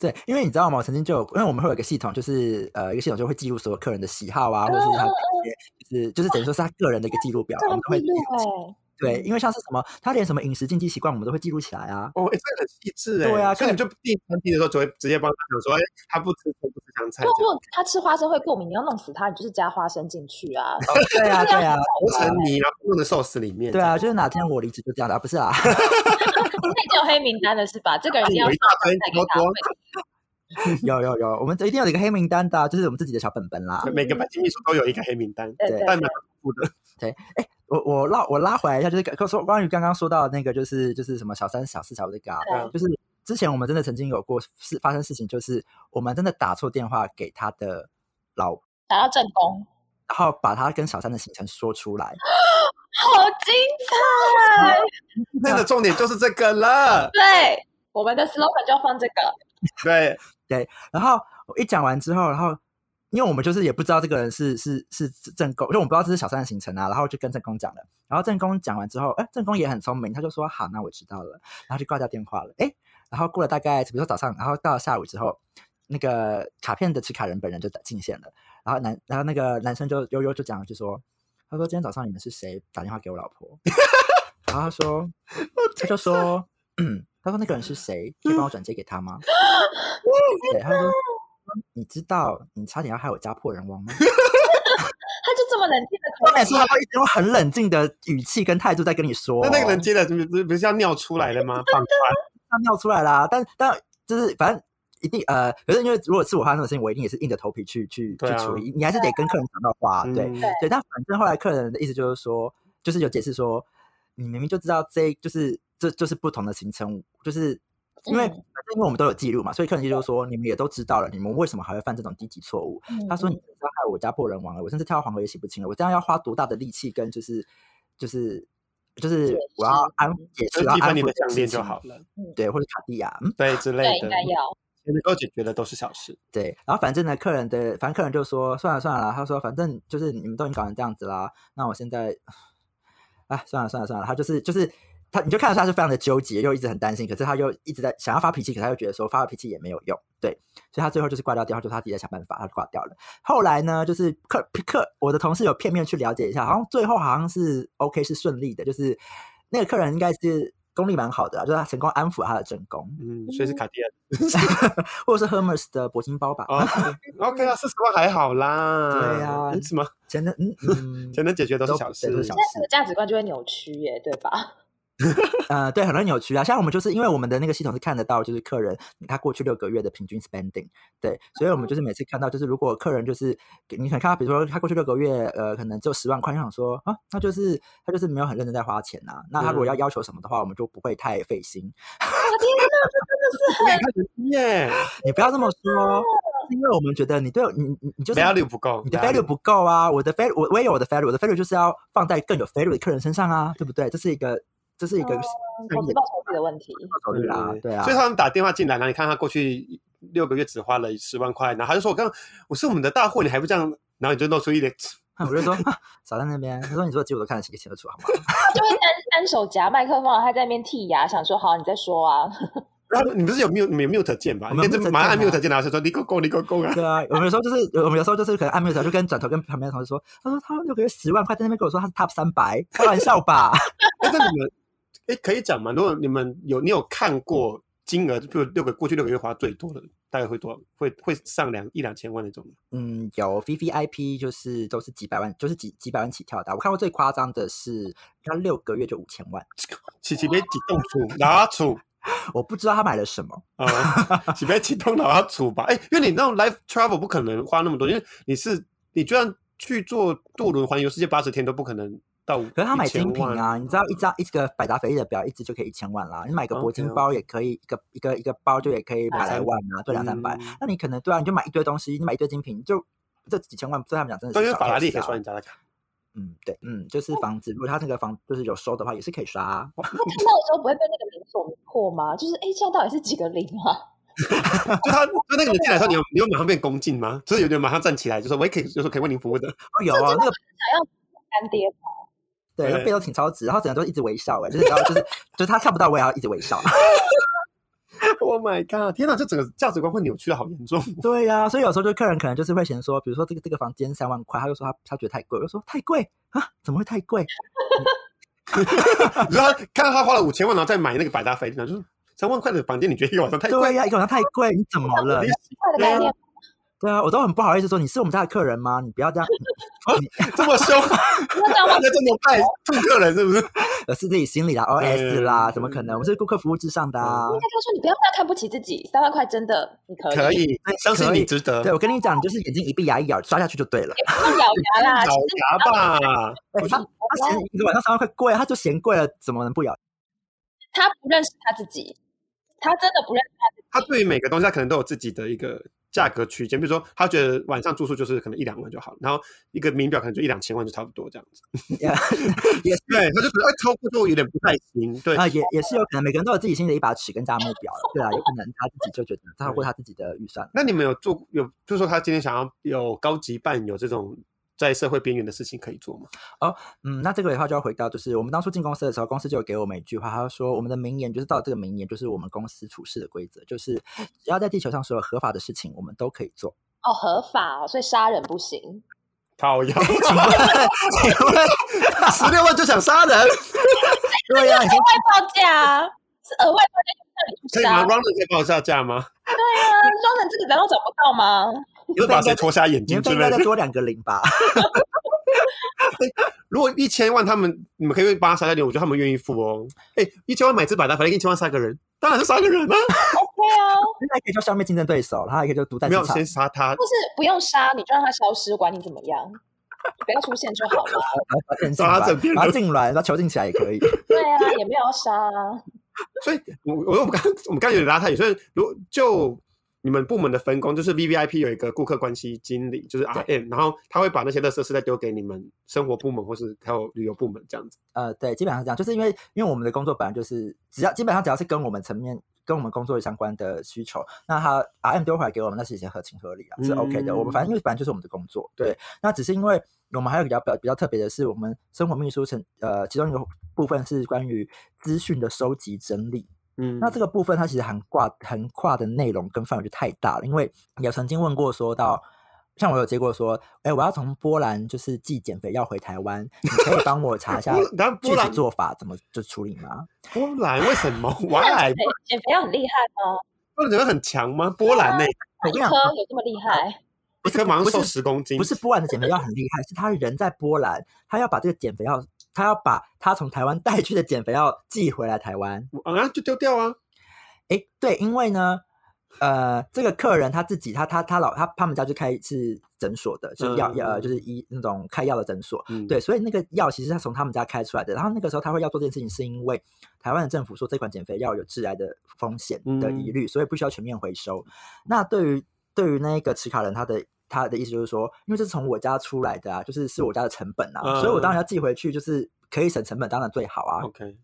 对，因为你知道吗？我曾经就有，因为我们会有一个系统，就是呃，一个系统就会记录所有客人的喜好啊，或者是
哦
他的一些，就是就是等于说是他个人的一个记录表，
个
我
人
们都会
记录哎、
对，因为像是什么，他连什么饮食禁忌习惯，我们都会记录起来啊。
哦，哎、这个很细致哎、
对啊
所以你就订餐厅的时候，就会直接帮他讲说，哎、他不吃葱，不吃香菜 <laughs>
对啊，
这
如
样，
果他吃花生会过敏，你要弄死他，你就是加花生进去啊。
对 <laughs> 啊，对啊，
磨成泥，然后弄在寿司里面。
对啊，，就是哪天我离职就这样的啊，不是啊， <laughs>
你那已经有黑名单了是吧？这个人一定要
有一大堆
再给他
超多
会
有有有，我们一定有一个黑名单的啊、就是我们自己的小本本啦。
每个本金秘书都有一个黑名单，
对
对
对
但
对
蛮复的。 <laughs>
我我拉我拉回来一下，就是刚说关于刚刚说到的那个，就是就是什么小三小四小五这个啊，
对
就是之前我们真的曾经有过事发生事情，就是我们真的打错电话给他的老，
打到正宫，
然后把他跟小三的行程说出来，
好精彩！
今天的重点就是这个了，
对，我们的 slogan 就要放这个。
对，
然后我一讲完之后，然后因为我们就是也不知道这个人是是是正宫，因为我们不知道这是小三的行程啊，然后就跟正宫讲了，然后正宫讲完之后，哎，正宫也很聪明，他就说好，那我知道了，然后就挂掉电话了，哎，然后过了大概比如说早上，然后到了下午之后，那个卡片的持卡人本人就进线了，然后男然后那个男生就悠悠就讲就说，他说今天早上你们是谁打电话给我老婆？ <laughs> 然后他说，他就说，嗯， <clears throat> 他说那个人是谁？可以帮我转接给他吗？对，他说，
嗯
你知道你差点要害我家破人亡吗？ <laughs>
他就这么冷静的口
当
气
然是他都一直用很冷静的语气跟态度在跟你说、哦
那那个人接了，不是不是要尿出来了吗？放开，
他尿出来啦，但但就是反正。一定呃，可是因为如果是我发生的事情，我一定也是硬着头皮去去、
对啊
去处理，你还是得跟客人讲到话，对、
嗯
对。但反正后来客人的意思就是说，就是有解释说，你明明就知道这就是这就是不同的行程，就是因为、
嗯
反正因为我们都有记录嘛，所以客人就是说，你们也都知道了，你们为什么还会犯这种低级错误？
嗯
他说：“你知道害我家破人亡了，我甚至跳到黄河也洗不清了。我这样要花多大的力气跟就是就是就是我要安抚解
嗯就
释，我
蒂
要
芬
安
尼
抚
的项链
事情
就好，了，
对，或者卡地亚，嗯，
对之类
对，应
的，
该要。
能够解决的都是小事。
对。然后反正呢，客人的反正客人就说算了算了啦，他说反正就是你们都已经搞成这样子啦，那我现在，哎，算了算了算了，他就是就是。”他你就看得出他是非常的纠结，又一直很担心，可是他又一直在想要发脾气，可他又觉得说发了脾气也没有用，对，所以他最后就是挂掉电话，就是他自己在想办法，他就挂掉了。后来呢，就是客客，我的同事有片面去了解一下，好像最后好像是 OK 是顺利的，就是那个客人应该是功力蛮好的啊，就是他成功安抚了他的正宫，
嗯，所以是卡地亚。
或者是 Hermes 的铂金包吧。
哦，OK
<laughs>
啊，四十万还好啦。
嗯对啊
嗯什么
前的嗯嗯，
钱能解决都是小
都
事
都是。小
现在整个价值观就会扭曲耶，对吧？
呃，对，很多扭曲啊。像我们就是因为我们的那个系统是看得到，就是客人他过去六个月的平均 spending，对，所以我们就是每次看到，就是如果客人就是你可能看到，比如说他过去六个月，呃，可能只有十万块，就想说啊，那就是他就是没有很认真在花钱呐、啊那他如果要要求什么的话，我们就不会太费心。
你看人机耶
你不要这么说，是因为我们觉得你对你你你就是
，value 不够，
你的 value 不够啊！我的 value，我我也有我的 value，我的 value 就是要放在更有 value 的客人身上啊，对不对？这是一个，这是一个
嗯投资报酬率的问题，
考虑啦，对啊
所。以他们打电话进来，然后你看他过去六个月只花了十万块，然后他就说：“我刚我是我们的大户，你还不这样？”然后你就露出一脸，
<laughs> 我就说啊少在那边，他说你做的结果都看得清清楚楚，好吗？
他就会单单手夹麦克风，然后他在那边剔牙，想说好，你再说啊。
然后你不是有 mute 你有 mute 键吧？
我
你
们有
这
mute
马上按
键啊
mute 键，然后就说：“你够够，你够够啊
对啊， <laughs> 我们有时候就是，我们有时候就是可能按没有时候就跟转头跟旁边的同事说，他说他六个月十万块，在那边跟我说他是 top 三百，开玩笑吧？！” <laughs>
哎，那你们哎可以讲吗？如果你们有你有看过金额，就六个过去六个月花最多的，大概会多会会上两一两千万那种吗？
嗯，有 V V I P 就是都是几百万，就是几几百万起跳的啊。我看过最夸张的是他六个月就五千万，
起起被启动处，拿处
我不知道他买了什么。
<laughs> 啊，起被启动拿处吧。哎、因为你那种 life travel 不可能花那么多，因为你是你就算去做渡轮环游世界八十天都不可能到五。
可是他买精
1000
品
万，
啊，你知道一张一个百达翡丽的表一只就可以一千万啦，你买个铂金
OK，OK
包也可以，一个一个一个包就也可以百来万啊，哦对两三百。
嗯
那你可能对啊，你就买一堆东西，你买一堆精品，就这几千万对他们讲真的
对，因为
是小
法拉利
case
可以哦刷
啊
人家的卡。
嗯，对，嗯，就是房子，如果他那个房就是有收的话，也是可以刷啊。
哦
那看到的时候不会被那个零所迷惑吗？就是哎，诶现在到底是几个零啊？
就他就那个人进来的时候，你有你有马上变恭敬吗？就是有点马上站起来，就说我也可以，就说可以为您服务的。
哦，有哦，那个
干爹吧，
对，那
对
背都挺超值，然后整个都一直微笑哎，就是你知道就是就是他看不到我也要一直
<laughs>
微笑。
Oh my god！天哪，这整个价值观会扭曲的好严重。 <laughs>
对呀、所以有时候就客人可能就是会嫌说，比如说这个这个房间三万块，他就说他他觉得太贵，我就说太贵啊，怎么会太贵？
你说他看到他花了五千万，然后再买那个百达翡丽，然后就是三万块的房间，你觉得一个晚上太贵
对？呀、一个晚上太贵，你怎么了
你？
坏的概念。
对啊，我都很不好意思说你是我们家的客人吗？你不要这样，
这么 <laughs> 凶，
那这样的
大
话
家这么爱吐客人是不是？
呃，是自己心里啦，OS 啦，
嗯
怎么可能？我们是顾客服务至上的啊。
应该他说你不要这样看不起自己，三万块真的你可以，
<laughs> 可以，相信
可以
你值得。
对，我跟你讲，你就是眼睛一闭，牙一咬，刷下去就对了。
也不用咬
<laughs>
牙啦。
咬牙吧，
哎
我
他
觉得
他嫌一个晚上三万块贵，他就嫌贵了，怎么能不咬？
他不认识他自己，他真的不认识他自己。
他对于每个东西，他可能都有自己的一个价格区间。比如说，他觉得晚上住宿就是可能一两万就好，然后一个名表可能就一两千万就差不多这样子。 <laughs> 对，他就觉得哎，超过就有点不太行。对，
啊，也也是有可能，每个人都有自己心里的一把尺跟价目表了，对啊，有可能他自己就觉得超过他自己的预算了。
那你们有做有，就是说他今天想要有高级伴有这种在社会边缘的事情可以 <laughs> 做吗？
嗯，那这个的话就要回到，就是我们当初进公司的时候，公司就有给我们一句话，他就说我们的名言就是到这个名言就是我们公司处事的规则，就是只要在地球上所有合法的事情，我们都可以做。 <laughs>
哦，合法哦，所以杀人不行。
<laughs> 讨厌，
请问，请问，
十六万就想杀人，
对
<laughs>
呀、已经
额外报价啊，是额外报价让你
可
去
以吗
杀。
？Ronald 可以帮我下架吗？
啊，装成这个难道找不到吗？
你会把谁戳瞎眼睛
年
之
费应
类
该
的
再？多两个零吧？ <laughs>
如果一千万，他们你们可以帮他杀掉点，我觉得他们愿意付哦。哎，一千万买只百达，反正一千万杀个人，当然是杀个人啊！
对啊，
现在可以就消灭竞争对手，然后还可以就独占
没
市
有
场
先，杀他，
或是不用杀，你就让他消失，管你怎么样，不要出现就好了。
然
找他
后
整
整
片
进然后
人
进来，然后囚禁起来也可以。
对啊，也没有要杀啊。
所以我我我们刚我们刚有点拉太远，所以如果就你们部门的分工，就是 V V I P 有一个顾客关系经理，就是 R M，然后他会把那些垃圾事再丢给你们生活部门或是还有旅游部门这样子。
呃，对，基本上是这样，就是因为因为我们的工作本来就是只要基本上只要是跟我们层面跟我们工作相关的需求，那他 RM 丢回来给我们，那是也合情合理啊，是 OK 的。我们反正因为本来就是我们的工作，对。那只是因为我们还有比较比较比较特别的是，我们生活秘书层呃其中一个部分是关于资讯的收集整理，
嗯，
那这个部分它其实涵挂涵跨的内容跟范围就太大了，因为也曾经问过说到，像我有接过说，哎，我要从波兰就是寄减肥药回台湾，你可以帮我查一下
波然后波
具体
兰
做法怎么就处理吗？
波兰为什么 <laughs>
那
？Why？
减肥减肥药很厉害吗？
波兰人很强吗？波兰呢、
我跟
一
你
颗
讲，
有这么厉害？
一颗马上
不是
瘦十公斤，
不是波兰的减肥药很厉害，是他人在波兰，他要把这个减肥药，他要把他从台湾带去的减肥药寄回来台湾。
啊，就丢掉啊。
诶，对，因为呢，呃，这个客人他自己，他他他老他他们家就开是诊所的，就是药药、呃
嗯
就是医那种开药的诊所。
嗯，
对，所以那个药其实他从他们家开出来的。然后那个时候他会要做这件事情，是因为台湾的政府说这款减肥药有致癌的风险的
嗯
疑虑，所以不需要全面回收。那对于对于那个持卡人，他的他的意思就是说，因为这是从我家出来的啊，就是
嗯
是我家的成本啊，所以我当然要寄回去，就是可以省成本，当然最好啊。
，OK，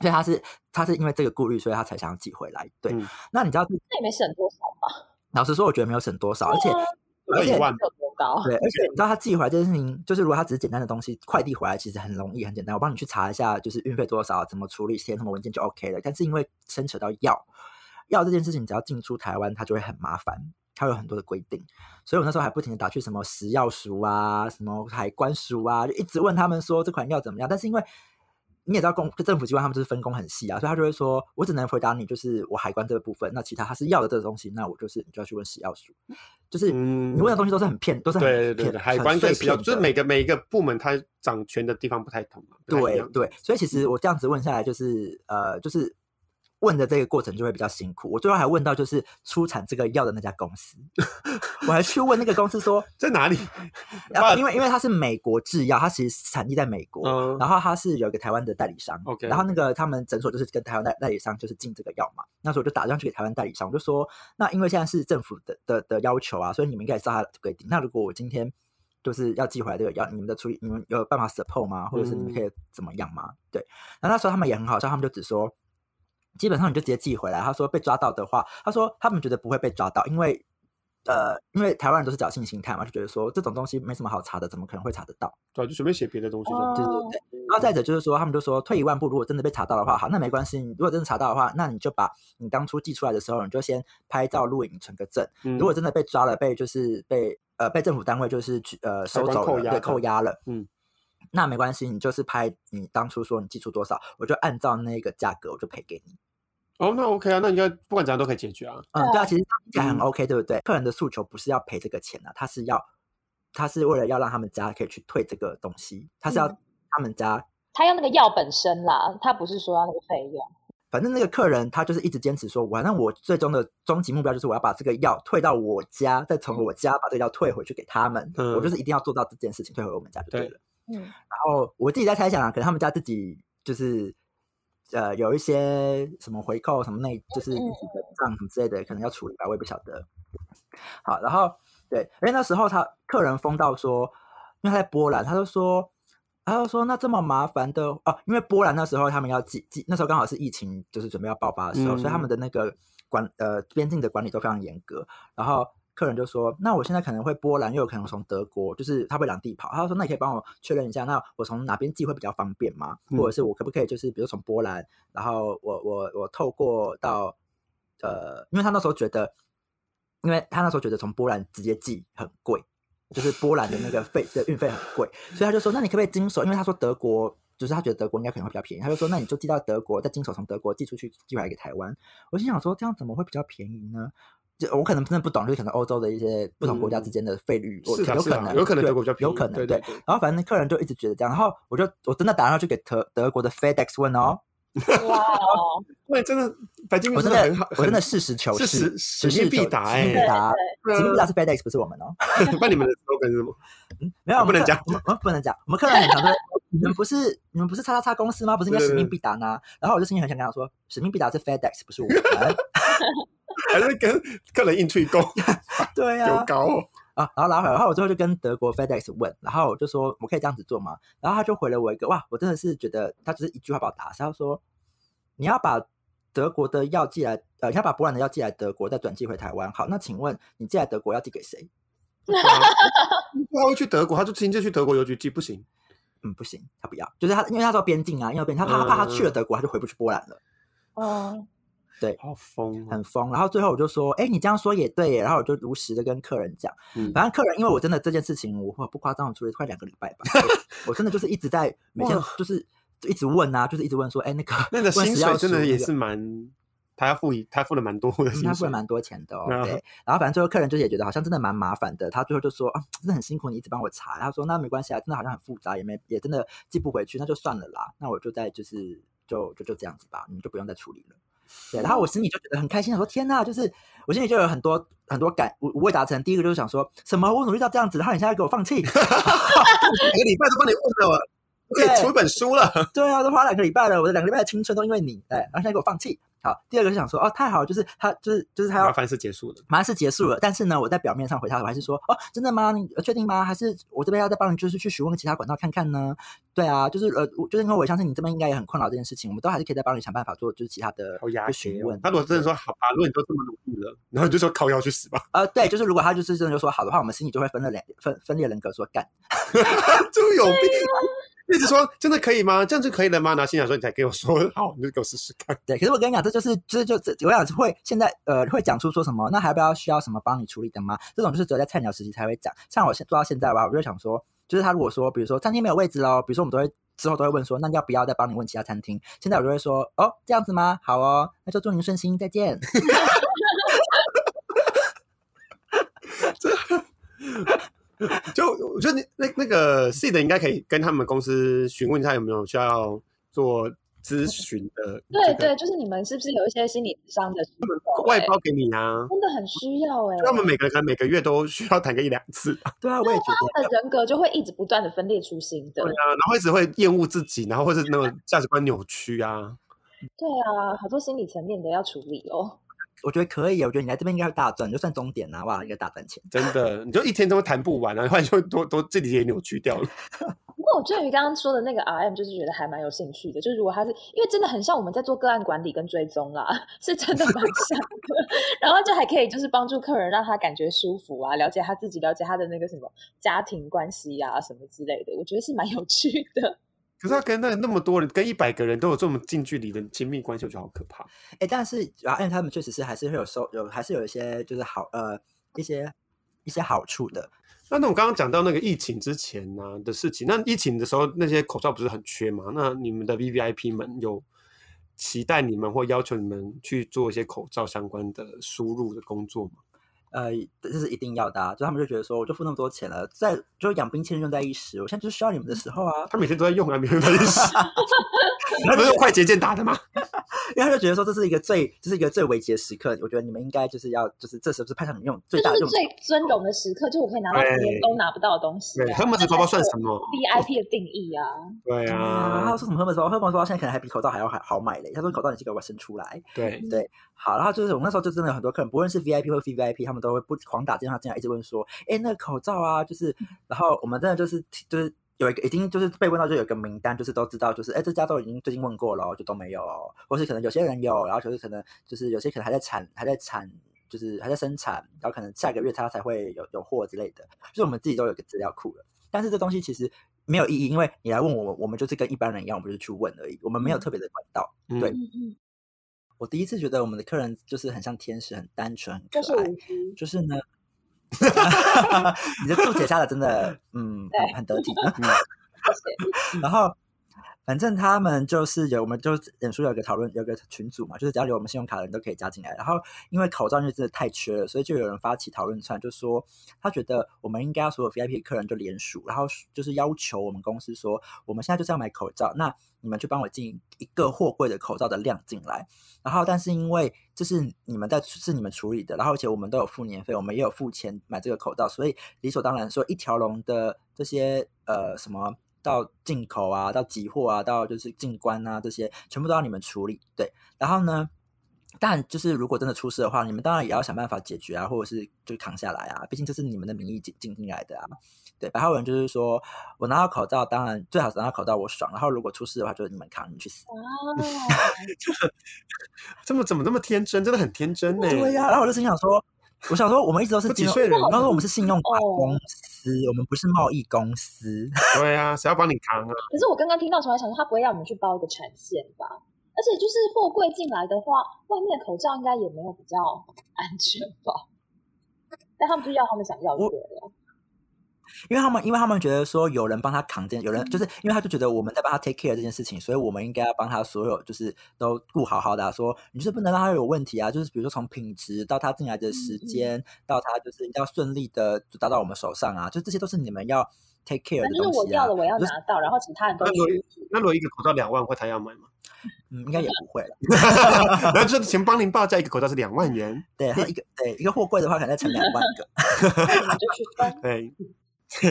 所以他是他是因为这个顾虑，所以他才想要寄回来。对，
嗯
那你知道，
那也没省多少吧？
老实说，我觉得没有省多少，而且
对啊
而
而
且
且
一万
有多高？
对，而且你知道他寄回来这件事情，就是如果他只是简单的东西，快递回来其实很容易、很简单，我帮你去查一下，就是运费多少，怎么处理，填什么文件就 OK 了。但是因为牵扯到药，药这件事情只要进出台湾，它就会很麻烦，它有很多的规定。所以我那时候还不停的打去什么食药署啊、什么海关署啊，就一直问他们说这款药怎么样。但是因为你也知道公就政府机关他们就是分工很细啊，所以他就会说，我只能回答你就是我海关这个部分，那其他他是药的这个东西，那我就是你就要去问食药署，就是
嗯
你问的东西都是很骗，都是很
对对
骗
对对，海
很
关
碎
跟比较，
片
就是
的
每个每一个部门它掌权的地方不太同嘛。不太一
对
样，
对，所以其实我这样子问下来，就是呃，就是问的这个过程就会比较辛苦。我最后还问到就是出产这个药的那家公
<laughs>
司，我还去问那个公司说，
在哪里？
啊、
But-
因为因为它是美国制药，它其实产地在美国，
嗯
然后它是有一个台湾的代理商
OK
然后那个他们诊所就是跟台湾代代理商就是进这个药嘛。那时候我就打电话去给台湾代理商，我就说，那因为现在是政府的的的要求啊，所以你们应该也知道它的规定。那如果我今天就是要寄回来这个药，你们的处理，你们有办法 support 吗？或者是你们可以怎么样吗？对，那那时候他们也很好笑，他们就只说，基本上你就直接寄回来。他说被抓到的话，他说他们觉得不会被抓到，因为呃，因为台湾人都是侥幸心态嘛，就觉得说这种东西没什么好查的，怎么可能会查得到？
对，就随便写别的东西就好。
对对对。然后再者就是说，他们就说退一万步，如果真的被查到的话，好，那没关系。你如果真的查到的话，那你就把你当初寄出来的时候，你就先拍照录影存个证。
嗯
如果真的被抓了，被就是被呃被政府单位就是去呃
海
收
关
走
扣
了，
押的
对，扣押了，
嗯，
那没关系，你就是拍你当初说你寄出多少，我就按照那个价格我就赔给你。
哦，那 OK 啊，那应该不管怎样都可以解决啊。
嗯，对啊，其实这样听起来很
嗯
OK，对不对？客人的诉求不是要赔这个钱啊，他是要他是为了要让他们家可以去退这个东西，他是要
嗯
他们家。
他要那个药本身啦，他不是说要那个费用。
反正那个客人他就是一直坚持说，我那我最终的终极目标就是我要把这个药退到我家，再从我家把这个药退回去给他们。
嗯
我就是一定要做到这件事情，退回我们家就对
对
了。
嗯，
然后我自己在猜想啊，可能他们家自己就是呃有一些什么回扣什么那，就是自己的账什么之类的，可能要处理吧，我也不晓得。好，然后对，而且那时候他客人疯到说，因为他在波兰，他就说。他就说：“那这么麻烦的哦、因为波兰那时候他们要寄寄，那时候刚好是疫情，就是准备要爆发的时候，所以他
嗯
们的那个管呃边境的管理都非常严格。然后客人就说：“那我现在可能会波兰，又有可能从德国，就是他会两地跑。”他说：“那你可以帮我确认一下，那我从哪边寄会比较方便吗？
嗯
或者是我可不可以就是比如从波兰，然后我我我透
嗯
过到呃，因为他那时候觉得，因为他那时候觉得从波兰直接寄很贵，就是波兰的那个费的运费很贵，所以他就说：“那你可不可以经手？”因为他说德国。就是他觉得德国应该可能会比较便宜，他就说：“那你就寄到德国，再经手从德国寄出去，寄回来给台湾。”我心想说：“这样怎么会比较便宜呢？”就我可能真的不懂，就是可能欧洲的一些不同国家之间的费率，我
嗯是的，
有
是
可
的，
能
有可能
对
德国比较便宜，
有可能
对
对。
对。
然后反正客人就一直觉得这样，然后我就我真的打电话去给德德国的 FedEx 问
嗯
哦，
哇哦，
对，真的，白金
我
运
真
很
的
好，
我真的
很
事实求
是
是
使使命必达
实
哎
必达，
对啊
实命必达是 FedEx 不是我们哦，
啊那你们的 slogan 是什么？ <laughs>
没有我
不
们
能
客
讲
我们我们不能讲，我们客人很常说你们不是你们不是叉叉叉公司吗？不是应该
对
使
对
命
对
必达吗？然后我就心里很想跟他说，使命必达是 FedEx 不是我们， <laughs>
还是跟客人硬吹够
对呀、
有高
<laughs>
哦？
啊，然后拉回来，然后我最后就跟德国 FedEx 问，然后我就说我可以这样子做吗？然后他就回了我一个哇，我真的是觉得他只是一句话把我打死，他说你要把德国的药寄来，呃，你要把波兰的药寄来德国，再转寄回台湾。好，那请问你寄来德国要寄给谁？
啊他会去德国，他就亲自去德国邮局寄，不行。
嗯，不行，他不要，就是他，因为他说边境啊，因为边境，他怕他怕他去了
嗯
德国，他就回不去波兰了。
嗯，
对
好疯哦，
很疯。然后最后我就说，哎，你这样说也对耶。然后我就如实的跟客人讲，
嗯
反正客人，因为我真的这件事情，我不夸张，我处理快两个礼拜
<laughs>
吧，我我真的就是一直在每天
哇
就是一直问啊，就是一直问说，哎，那个
那个
问
薪
时要
水真的
数
也
那个
是蛮，他要付一他付了蛮多的
嗯
薪水，
他付了蛮多钱的哦，
嗯
对。然后反正最后客人就是也觉得好像真的蛮麻烦的，他最后就说啊，真的很辛苦，你一直帮我查。他说那没关系啊，真的好像很复杂，也没也真的寄不回去，那就算了啦。那我就再就是就就就这样子吧，你们就不用再处理了。对，然后我心里就觉得很开心，想说天呐，就是我心里就有很多很多感五五味杂陈。第一个就是想说什么，我努力到这样子，然后你现在给我放弃， <laughs>
每个礼拜都帮你问了，啊我可以出一本书了。
对啊，都花两个礼拜了，我的两个礼拜的青春都因为你，哎，然后现在给我放弃。好，第二个是想说哦，太好了，就是他就是就是他要
麻烦是结束了，
马上是结束了，但是呢，我在表面上回他，我还是说，哦，真的吗？你呃确定吗？还是我这边要再帮你，就是去询问其他管道看看呢？对啊，就是呃，我就是因为我相信你这边应该也很困扰这件事情，我们都还是可以再帮你想办法做，就是其他的
好牙
就
血
询
哦
问。。
他如果真的说好吧，如果你都这么努力了，然后你就说靠腰去死吧，
呃，对，就是如果他就是真的就说好的话，我们心里就会分了两分分裂人格说干，
<laughs> 就有病。一直说真的可以吗？这样就可以了吗？然后心想说你才给我说好，你就给我试试看。
对。可是我跟你讲，这就是这就这，我想会现在呃会讲出说什么，那还要不要需要什么帮你处理的吗？这种就是只有在菜鸟时期才会讲。像我现做到现在吧，我就想说，就是他如果说，比如说餐厅没有位置喽，比如说我们都会之后都会问说，那要不要再帮你问其他餐厅？现在我就会说，哦，这样子吗？好哦，那就祝您顺心，再见。
就我觉得你那那个 C 的应该可以跟他们公司询问一下有没有需要做咨询的，
对对，，就是你们是不是有一些心理智商的需求、
嗯外
欸
包给你啊。
真的很需要哎、
就他们每个人可能每个月都需要谈个一两次，
对啊，我也觉得。
他的人格就会一直不断的分裂出新的
对。啊，然后一直会厌恶自己，然后或是那种价值观扭曲啊，
对啊，好多心理层面的要处理哦。
我觉得可以，我觉得你来这边应该会大赚，就算终点啊，哇，应该大赚钱。
真的，你就一天都谈不完啊，然后就都都自己也扭曲掉了。
不过我对于刚刚说的那个 RM，就是觉得还蛮有兴趣的。就是如果他是因为真的很像我们在做个案管理跟追踪啦，是真的蛮像的。 <laughs> 然后就还可以就是帮助客人让他感觉舒服啊，了解他自己，了解他的那个什么家庭关系啊什么之类的，我觉得是蛮有趣的。
可是他跟那那么多人，跟一百个人都有这么近距离的亲密关系，我觉得好可怕。
哎，但是啊，因为他们确实是还是会有收有，还是有一些就是好呃一些一些好处的。
那那我刚刚讲到那个疫情之前呢、的事情，那疫情的时候那些口罩不是很缺嘛？那你们的 V V I P 们有期待你们或要求你们去做一些口罩相关的输入的工作吗？
呃，这是一定要的、啊。就他们就觉得说，我就付那么多钱了，在就养兵千日用在一时，我现在就是需要你们的时候啊。 <laughs>
他每天都在用啊，每天都在用，那不是用快捷键打的吗？
因为他就觉得说，这是一个最，这是一个最危急的时刻，我觉得你们应该就是要，就是这时候是派上你用
这
最大
就
的
是
用。
最尊荣的时刻，就我可以拿到别人都拿不到的东西、啊。
对，黑拇指包包算什么？
VIP 的定义啊？
对
啊，
啊
他，说什么喝本包，喝本包现在可能还比口罩还要好好买嘞。他说口罩你这个我生出来，
对，
对，好，然后就是我们那时候就真的有很多客人，不论是 VIP 或非 VIP，他们都会不狂打电话进来，一直问说，哎，那个口罩啊，就是，然后我们真的就是就是有一个已经就是被问到就有一个名单，就是都知道就是，哎，这家都已经最近问过了哦，就都没有哦，或是可能有些人有，然后就是可能就是有些可能还在产还在产。就是还在生产，然后可能下个月它才会有有货之类的，就是我们自己都有个资料库了。但是这东西其实没有意义，因为你来问我，我们就是跟一般人一样，我们就是去问而已，我们没有特别的管道。对
嗯
嗯嗯，
我第一次觉得我们的客人就是很像天使，很单纯，很可
就是
爱。
无知。
就是呢，你的注解下的真的，嗯，很很得体。然后，反正他们就是有，我们就是脸书有个讨论，有个群组嘛，就是只要有我们信用卡的人都可以加进来。然后，因为口罩因为真的太缺了，所以就有人发起讨论串，就说他觉得我们应该要所有 VIP 客人就联署，然后就是要求我们公司说，我们现在就是要买口罩，那你们就帮我进一个货柜的口罩的量进来。然后，但是因为这是你们在是你们处理的，然后而且我们都有付年费，我们也有付钱买这个口罩，所以理所当然说一条龙的这些呃什么到进口啊，到集货啊，到就是进关啊这些，全部都要你们处理。对，然后呢，但就是如果真的出事的话，你们当然也要想办法解决啊，或者是就扛下来啊，毕竟这是你们的名义进进进来的啊。对，白话文就是说我拿到口罩，当然最好是拿到口罩我爽，然后如果出事的话，就是你们扛，你们去死。
啊，
这么怎么那么天真？真的很天真呢。
对啊呀、然后我就心想说，我想说我们一直都是
都几
金融
岁人
然后
了
说我们是信用卡
哦
公司，我们不是贸易公司。 <laughs>
对啊，谁要帮你扛啊？
可是我刚刚听到的时候，还想说他不会让我们去包一个产线吧？而且就是货柜进来的话，外面的口罩应该也没有比较安全吧？但他们就要他们想要就对了。
因为他们，因为他们觉得说有人帮他扛这件，有人
嗯
就是因为他就觉得我们在帮他 take care 这件事情，所以我们应该要帮他所有就是都顾好好的、啊，说你就是不能让他有问题啊，就是比如说从品质到他进来的
嗯
时间，到他就是要顺利的达到我们手上啊，就这些都是你们要 take care
反
的
正就
东
是我
西
要
啊
的。我要拿到，然后其他人都
那如果
<laughs>
那如果一个口罩两万块，他要买吗？
嗯，应该也不会了。
然后就是前帮您报价一个口罩是两万元，
对，
<laughs>
他一个对一个货柜的话，可能再乘两万个，
那你们就去分。
对，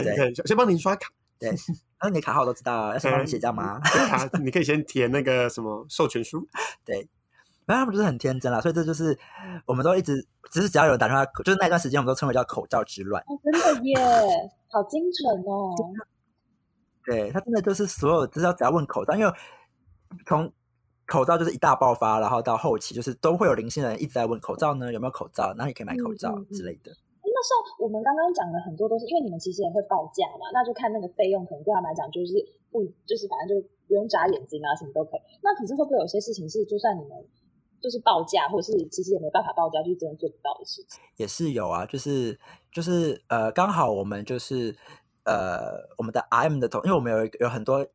<laughs>
对，
先帮您刷卡，
然后你的卡号都知道啊，要先帮你写账吗？
卡你可以先填那个什么授权书，
然后他们就是很天真啦，所以这就是我们都一直，只是只要有人打电话，就是那段时间我们都称为叫口罩之乱。
哦，真的耶，好精准哦！
对他真的就是所有，只要只要问口罩，因为从口罩就是一大爆发，然后到后期就是都会有零星人一直在问口罩呢有没有口罩，哪里可以买口罩
嗯嗯嗯
之类的。
诶那像我们刚刚讲的很多都是，因为你们其实也会报价嘛，那就看那个费用，可能对他们来讲就是不一，就是反正就不用眨眼睛啊，什么都可以。那可是会不会有些事情是，就算你们就是报价，或者是其实也没办法报价，就是真的做不到的事情？
也是有啊，就是就是呃，刚好我们就是呃，我们的 RM 的同，因为我们有一个有很多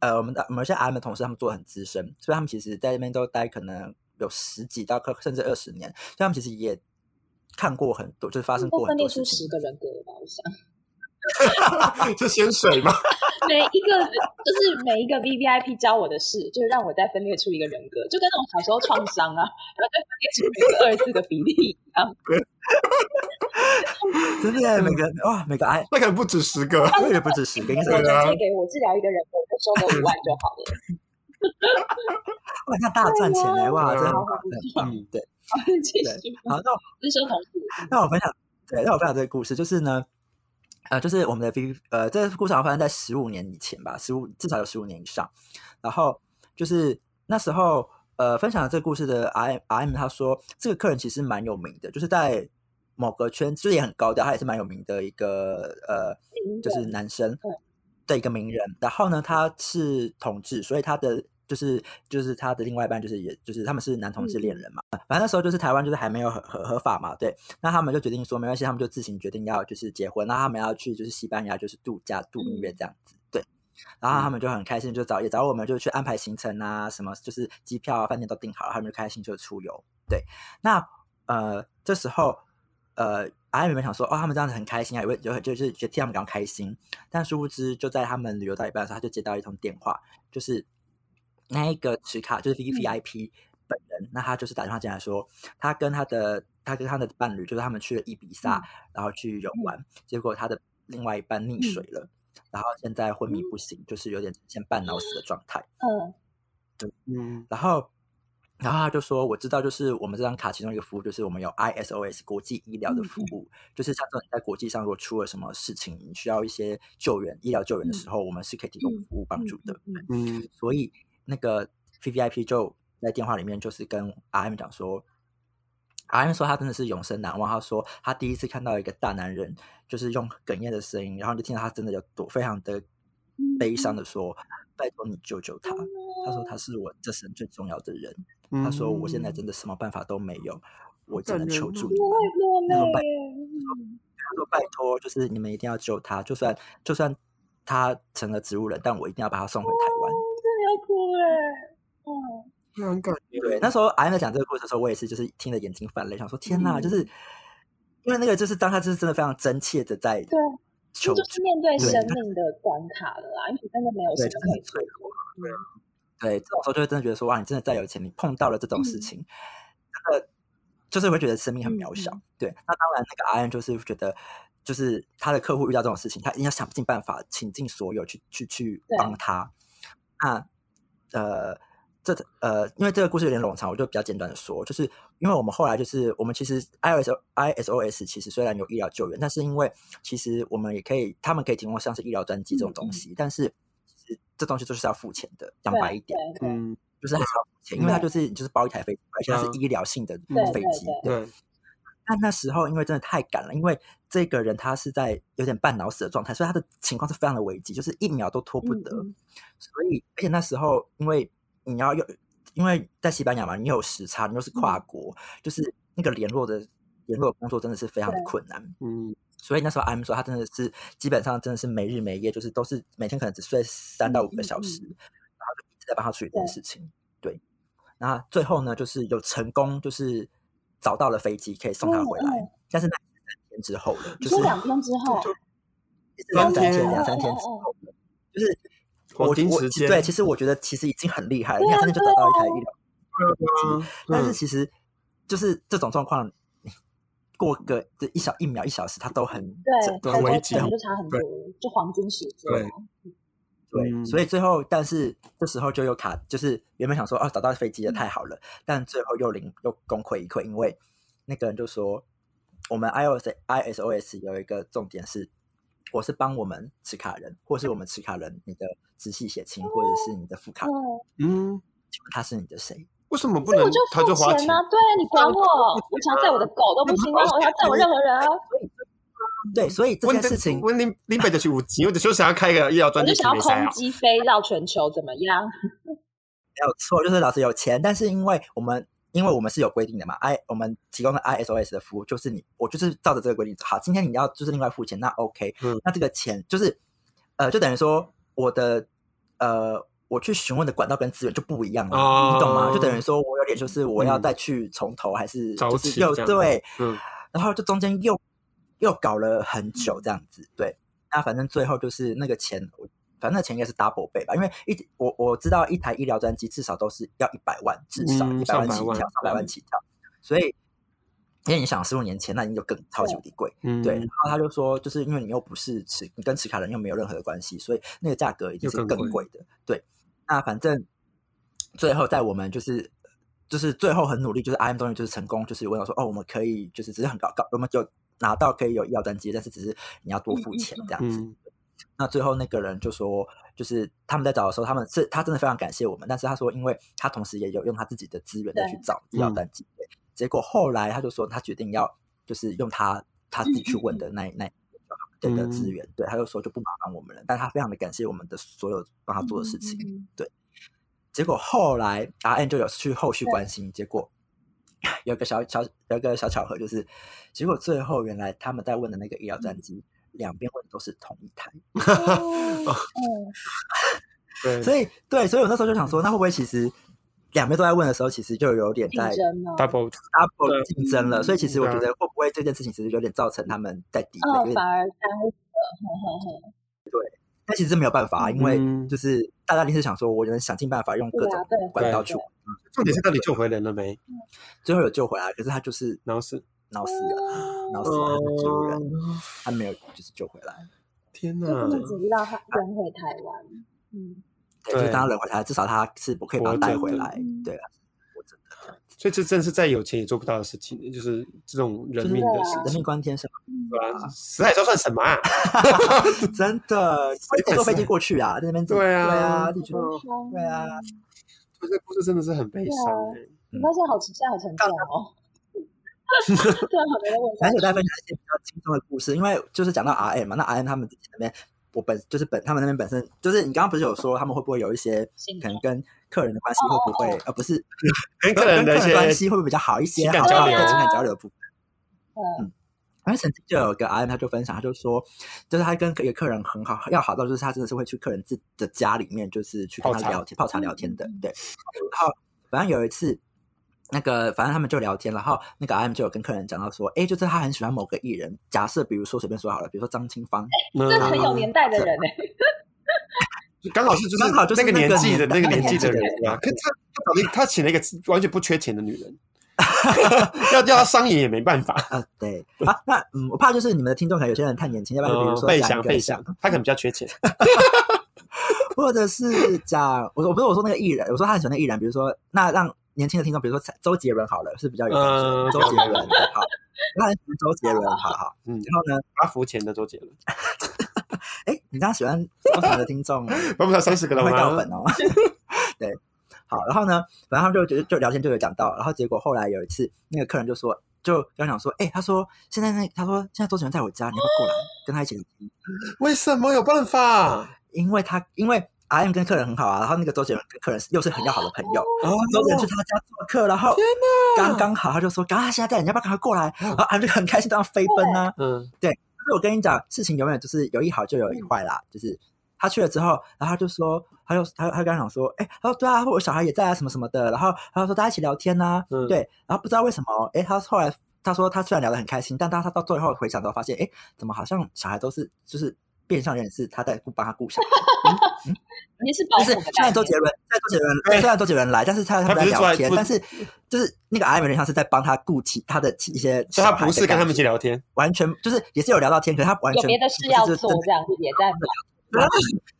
呃，我们的我们有些 RM 的同事，他们做的很资深，所以他们其实在那边都待可能有十几到可甚至二十年，所以他们其实也看过很多，就是发生
都
过
分
很
裂
多
出
事
十
情。
个人格了吧？我
<laughs>
想
就先水嘛。
每一个就是每一个 V V I P 教我的事，就是让我再分裂出一个人格，就跟那种小时候创伤啊，然后再分裂出一个二四个比例一样。
真的耶每个哇，每
<laughs>
个 RM
那可能不止十个，
我以为不止十个，应该是
我
对啊
就借给我治疗一个人格，我就收个五万就好了。
哇，那大赚钱嘞！哇，真的很
啊好啊
棒
好
真的很棒。
嗯
对，
<laughs> 继续，
好，那我
资深同事，
那我分享，对，那我分享这个故事，就是呢，呃，就是我们的 V，呃，这个故事好像发生在十五年以前吧，十五至少有十五年以上。然后就是那时候，呃，分享这个故事的 R M R M 他说，这个客人其实蛮有名的，就是在某个圈，就是也很高调，他也是蛮有名的一个呃就是男生
对
的一个名人。然后呢，他是同志，所以他的就是就是他的另外一半就是也就是他们是男同志恋人嘛。反正那时候就是台湾就是还没有合合合法嘛，对。那他们就决定说没关系，他们就自行决定要就是结婚，那他们要去就是西班牙就是度假度蜜月这样子，对。然后他们就很开心，就找也找我们就去安排行程啊，什么就是机票啊、饭店都订好了，他们就开心就出游。对，那呃这时候呃阿妹们想说哦，他们这样子很开心啊，也为就就是觉得替他们感到开心，但殊不知，就在他们旅游到一半的时候，他就接到一通电话，就是那一个持卡
嗯
就是 V V I P 本人，那他就是打电话进来说，他跟他的他跟他的伴侣，就是他们去了伊比萨，
嗯
然后去游玩，结果他的另外一半溺水了，然后现在昏迷不醒，就是有点像半脑死的状态。
嗯，
嗯，
然后，然后他就说：“我知道，就是我们这张卡其中一个服务，就是我们有 ISOS 国际医
嗯
疗的服务，就是像这种你在国际上如果出了什么事情，你需要一些救援、医疗救援的时候，我们是可以提供
嗯
服务帮助的。
嗯嗯
嗯，
所以那个 V V I P 就在电话里面就是跟 R M 讲说，R M 说他真的是永生难忘。他说他第一次看到一个大男人，就是用哽咽的声音，然后就听到他真的有多非常的悲伤的说：“拜托你救救他。”他说他是我这生最重要的人。
嗯
他说我现在真的什么办法都没有，我只
感
能
人
求
哦
助你
我
们
会。落
那怎么
泪
办
耶。嗯
他说：“拜托，就是你们一定要救他，就算就算他成了植物人，但我一定要把他送回台湾。”
真的要哭哎。嗯，
非常感人
对，那时候阿燕在讲这个故事的时候，我也是就是听得眼睛泛泪，想说天哪，
嗯
就是因为那个就是当他就是真的非常真切的在
对，
求
这
助
就，是面对
对
生命的关卡了啦，因为真的没有什
对，
么
就是
可
很
以
脆弱。啊嗯对，这种时候就会真的觉得说哇，你真的再有钱，你碰到了这种事
嗯
情，真的就是会觉得生命很渺小。
嗯
对，那当然那个阿燕就是觉得。就是他的客户遇到这种事情，他一定要想尽办法，倾尽所有去去去
对
帮他。那呃，这呃，因为这个故事有点冗长，我就比较简短的说，就是因为我们后来就是我们其实 ISO ISOS 其实虽然有医疗救援，但是因为其实我们也可以，他们可以提供像是医疗专机这种
嗯嗯
东西，但是其实这东西就是要付钱的，讲白一
对
点，
对对
嗯，
就是还是要付钱，因为它
对
就是你就是包一台飞机，而且它
嗯
是医疗性的
对
飞
对
机，
对
对，
但那时候因为真的太赶了，因为这个人他是在有点半脑死的状态，所以他的情况是非常的危急，就是一秒都拖不
嗯
得。
嗯
所以，而且那时候因为你要用因为在西班牙嘛，你有时差，你又是跨
嗯
国，就是那个联络的联络的工作真的是非常的困难。
嗯，
所以那时候 M 说他真的是基本上真的是没日没夜，就是都是每天可能只睡三到五
嗯
个小时，然后就一直在帮他处理这件事情。对，那最后呢，就是有成功就是找到了飞机可以送他回来，
嗯
但是那是三天之后了，
你
就是
说两哦天之后，
是两三
天
天两三天之后了，就是我
黄金
我
时
其
间
对，其实我觉得其实已经很厉害了，
对啊
两三天就找到一台医疗。
嗯
但是其实就是这种状况，过个这一小一秒一小时，它都很
对，
都
对
还
很
很啊
危
有
急
可能就差很多，就黄金时间
对
啊。
对，
嗯
所以最后但是这时候就又卡，就是原本想说哦找到飞机了太
嗯
好了，但最后又零又功亏一篑，因为那个人就说我们 iOS iSOS 有一个重点是。我是帮我们持卡人，或是我们持卡人你的直系血亲，或者是你的副卡人，
嗯，
嗯，
请问他是你的谁？
为什么不
那
能
我就
他
付
就花
钱
钱？
啊！对啊，你管我，我想载我的狗都不行吗？我要载我任何人
<laughs>
啊！
对，所以这
问
件事情
问林林北的去五级，我只就想要开个医疗
我
专
就
题，
想
没
要
塞
空
啊。
机飞绕全球，怎么样？
没有错，就是老师有钱，但是因为我们因为我们是有规定的嘛，I 我们提供的 ISOS 的服务就是你我就是照着这个规定走，好，今天你要就是另外付钱，那 OK，、
嗯
那这个钱就是呃，就等于说我的呃。我去询问的管道跟资源就不一样了，
哦
你懂吗？就等于说我有点就是我要
嗯
再去从头，还是
早
就是
起
又
这样
对，
嗯
然后就中间又又搞了很久这样子，对。那反正最后就是那个钱，我反正那钱应该是 double 倍吧，因为一我我知道一台医疗专机至少都是要一百万，至少
嗯
一百万起
上百
跳，
万嗯
上百万起跳。所以，因为你想十五年前，那你就更超级无敌贵，
嗯，
对。然后他就说，就是因为你又不是持，你跟持卡人又没有任何的关系，所以那个价格已经
又
是
更
更
贵
贵的，对。那反正最后在我们就是就是最后很努力，就是 IM 终于就是成功，就是问到说哦，我们可以就是只是很高高，我们有拿到可以有医疗单机，但是只是你要多付钱这样子。
嗯
那最后那个人就说，就是他们在找的时候，他们是他真的非常感谢我们，但是他说，因为他同时也有用他自己的资源再去找医疗单机，对结果后来他就说，他决定要就是用他他自己去问的那那对的资源，对，他就说就不麻烦我们了，但他非常的感谢我们的所有帮他做的事情。
嗯
结果后来 R N 就有去后续关心，结果有个小小有个小巧合，就是结果最后原来他们在问的那个医疗战机，两边问的都是同一台， <laughs>
嗯，嗯
对，
所以对，所以我那时候就想说，那会不会其实两边都在问的时候，其实就有点
竞
在
争呢？
double
double 竞争了？所以其实我觉
对啊
得会不会这件事情其实有点造成他们在抵
嗯
赖，有，
反
点
而耽误了。
但其实没有办法，啊因为
嗯
就是大家一定是想说，我能想尽办法用各
对啊
种
对
管道
对
去
对，
重点是到底救回人了没？
最后有救回来，可是他就是
然后是，
闹死
哦
了，哦闹死了，他是植物人。
哦，
他没有就是救回来。
天
就
哪
真！的只知道他人回台湾。嗯，
对，就是
对
当他人回来，至少他是不可以把他带回来
活着的。
对啊，
所以这真是再有钱也做不到的事情，就是这种人
就是
命的事
人
情
命。关天上， <laughs>
对啊，死海洲算什么啊？
真
<laughs>
的
谁敢
坐飞机
上
过去啊，在那边坐
对啊
对啊，地区
嗯
对啊，
这个故事真的是很悲
啊
伤欸。
你发现好现在好沉重哦。突然好没人问
而且我再分享一些比较轻松的故事，因为就是讲到 R M 嘛，那 R M 他们自己那边，我本就是本他们那边本身就是你刚刚不是有说他们会不会有一些
心
可 <laughs>
态
能跟客人的关系会不会呃不是
跟 <laughs> 个
跟跟
人
客
的
人
一
关
些
系会不会比较好一些？
情感
好
交流
对情感交流的部分。
嗯
嗯，然后曾经就有个 R M 他就分享，他就说，就是他跟一个客人很好，要好到就是他真的是会去客人自的家里面，就是去跟
泡
他
茶
聊天、泡茶聊天的
嗯嗯。
对，然后反正有一次。那个，反正他们就聊天，然后那个 M 就有跟客人讲到说，哎，就是他很喜欢某个艺人，假设比如说随便说好了，比如说张清芳，
<laughs> 这
嗯
很有年代的人哎，
刚好是就是
刚好就是
那个
那个
年纪的那
年
个
代
年纪的
的
人
人
啊，可是他他找了一他请了一个完全不缺钱的女
<laughs>
人，要要他商演也没办法，
啊，对啊，那嗯，我怕就是你们的听众可能有些人太年轻，要不然就比如
嗯，
说
费
讲一
翔
个
费翔，他可能比较
<laughs>
缺钱，
或者是讲，我说我不是我说那个艺人，我说他很喜欢那个艺人，比如说那让年轻的听众，比如说周杰伦好了，是比较有感觉的。
嗯
周杰伦对好， <laughs> 那很喜欢周杰伦，好好。
嗯，
然后呢，
他付钱的周杰伦，
哎，你这样喜欢周杰伦的听众
我们才三十个人
会掉
吗
粉？哦。 <laughs> 对，好，然后呢，反正他们就就就聊天就有讲到，然后结果后来有一次，那个客人就说，就跟他讲说，哎，他说现在那他说现在周杰伦在我家，你要不要过来跟他一起聊天？
为什么有办法？
因为他因为 RM 跟客人很好啊，然后那个周杰伦跟客人是又是很要好的朋友。
哦
周杰伦去他家做客，然后刚刚好，他就说：“啊，现在人家要不要赶快过来？”
哦
然后 RM 就很开心，这样飞奔啊。
嗯，
所以我跟你讲，事情永远就是有一好就有一坏
嗯
啦。就是他去了之后，然后他就说，他就他他刚想说，哎、他说对啊，我小孩也在啊，什么什么的。然后他说大家一起聊天呐、
嗯
对。然后不知道为什么，哎、他后来他说他虽然聊得很开心，但当他到最后回想之后，发现哎、怎么好像小孩都是就是变相人士，他在顾帮他顾小孩。
你是保
但
姆
是
的
虽
概
然周
念
杰伦，虽然周杰
对
伦，虽然周杰伦来，但是他
他
他们
不是
在
出来
聊天
不，
但是就是那个 I 美人他是在帮他顾其他的一些
所
小
以他
孩的感觉，
不是跟他们一起聊天，
完全就是也是有聊到天，可是他完全
有别的事
不是
要
就
做
是真的，
这样子也在忙。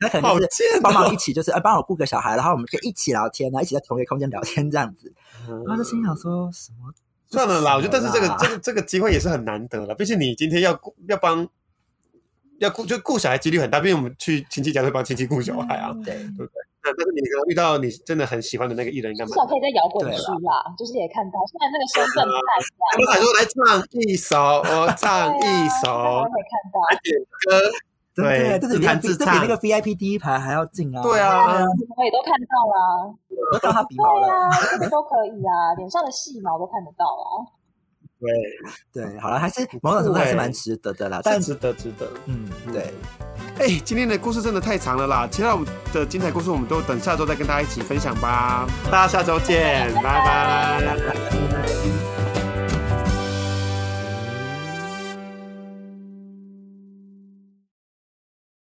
他可能
好
就是
贱
帮忙
哦
一！起，就是呃帮我雇个小孩，然后我们可以一起聊天，然啊后一起在同一个空间聊天这样子。
嗯
然后就心想说什么？
哦算了啦，我觉得但是这个
啦
这个这个机会也是很难得了，毕竟你今天要顾要帮要顾就顾小孩几率很大，毕竟我们去亲戚家会帮亲戚顾小孩啊。
对，
那但是你可能遇到你真的很喜欢的那个艺人，干
至
嘛？
少可以在摇滚
对啊
区啦，就是也看到，虽然那个身份不太一样，
他们还说来唱一首，我唱
对啊
一
大
首 <laughs>
家，可以看到。
来点歌。
真的
对
耶这是
自
比
弹
VIP
自
这比那
唱
个 VIP 第一排还要近啊！
对，啊，
我也都看到啦，
我到他鼻毛
对
了。
啊，这个都可以啊，脸上的细毛都看得到啊。
对，啊
对，好了，还是某种程度还是蛮值得的啦。但
是值得值得。
嗯，对，
哎、今天的故事真的太长了啦，其他的精彩故事我们都等下周再跟大家一起分享吧。大家下周见，拜拜
拜拜。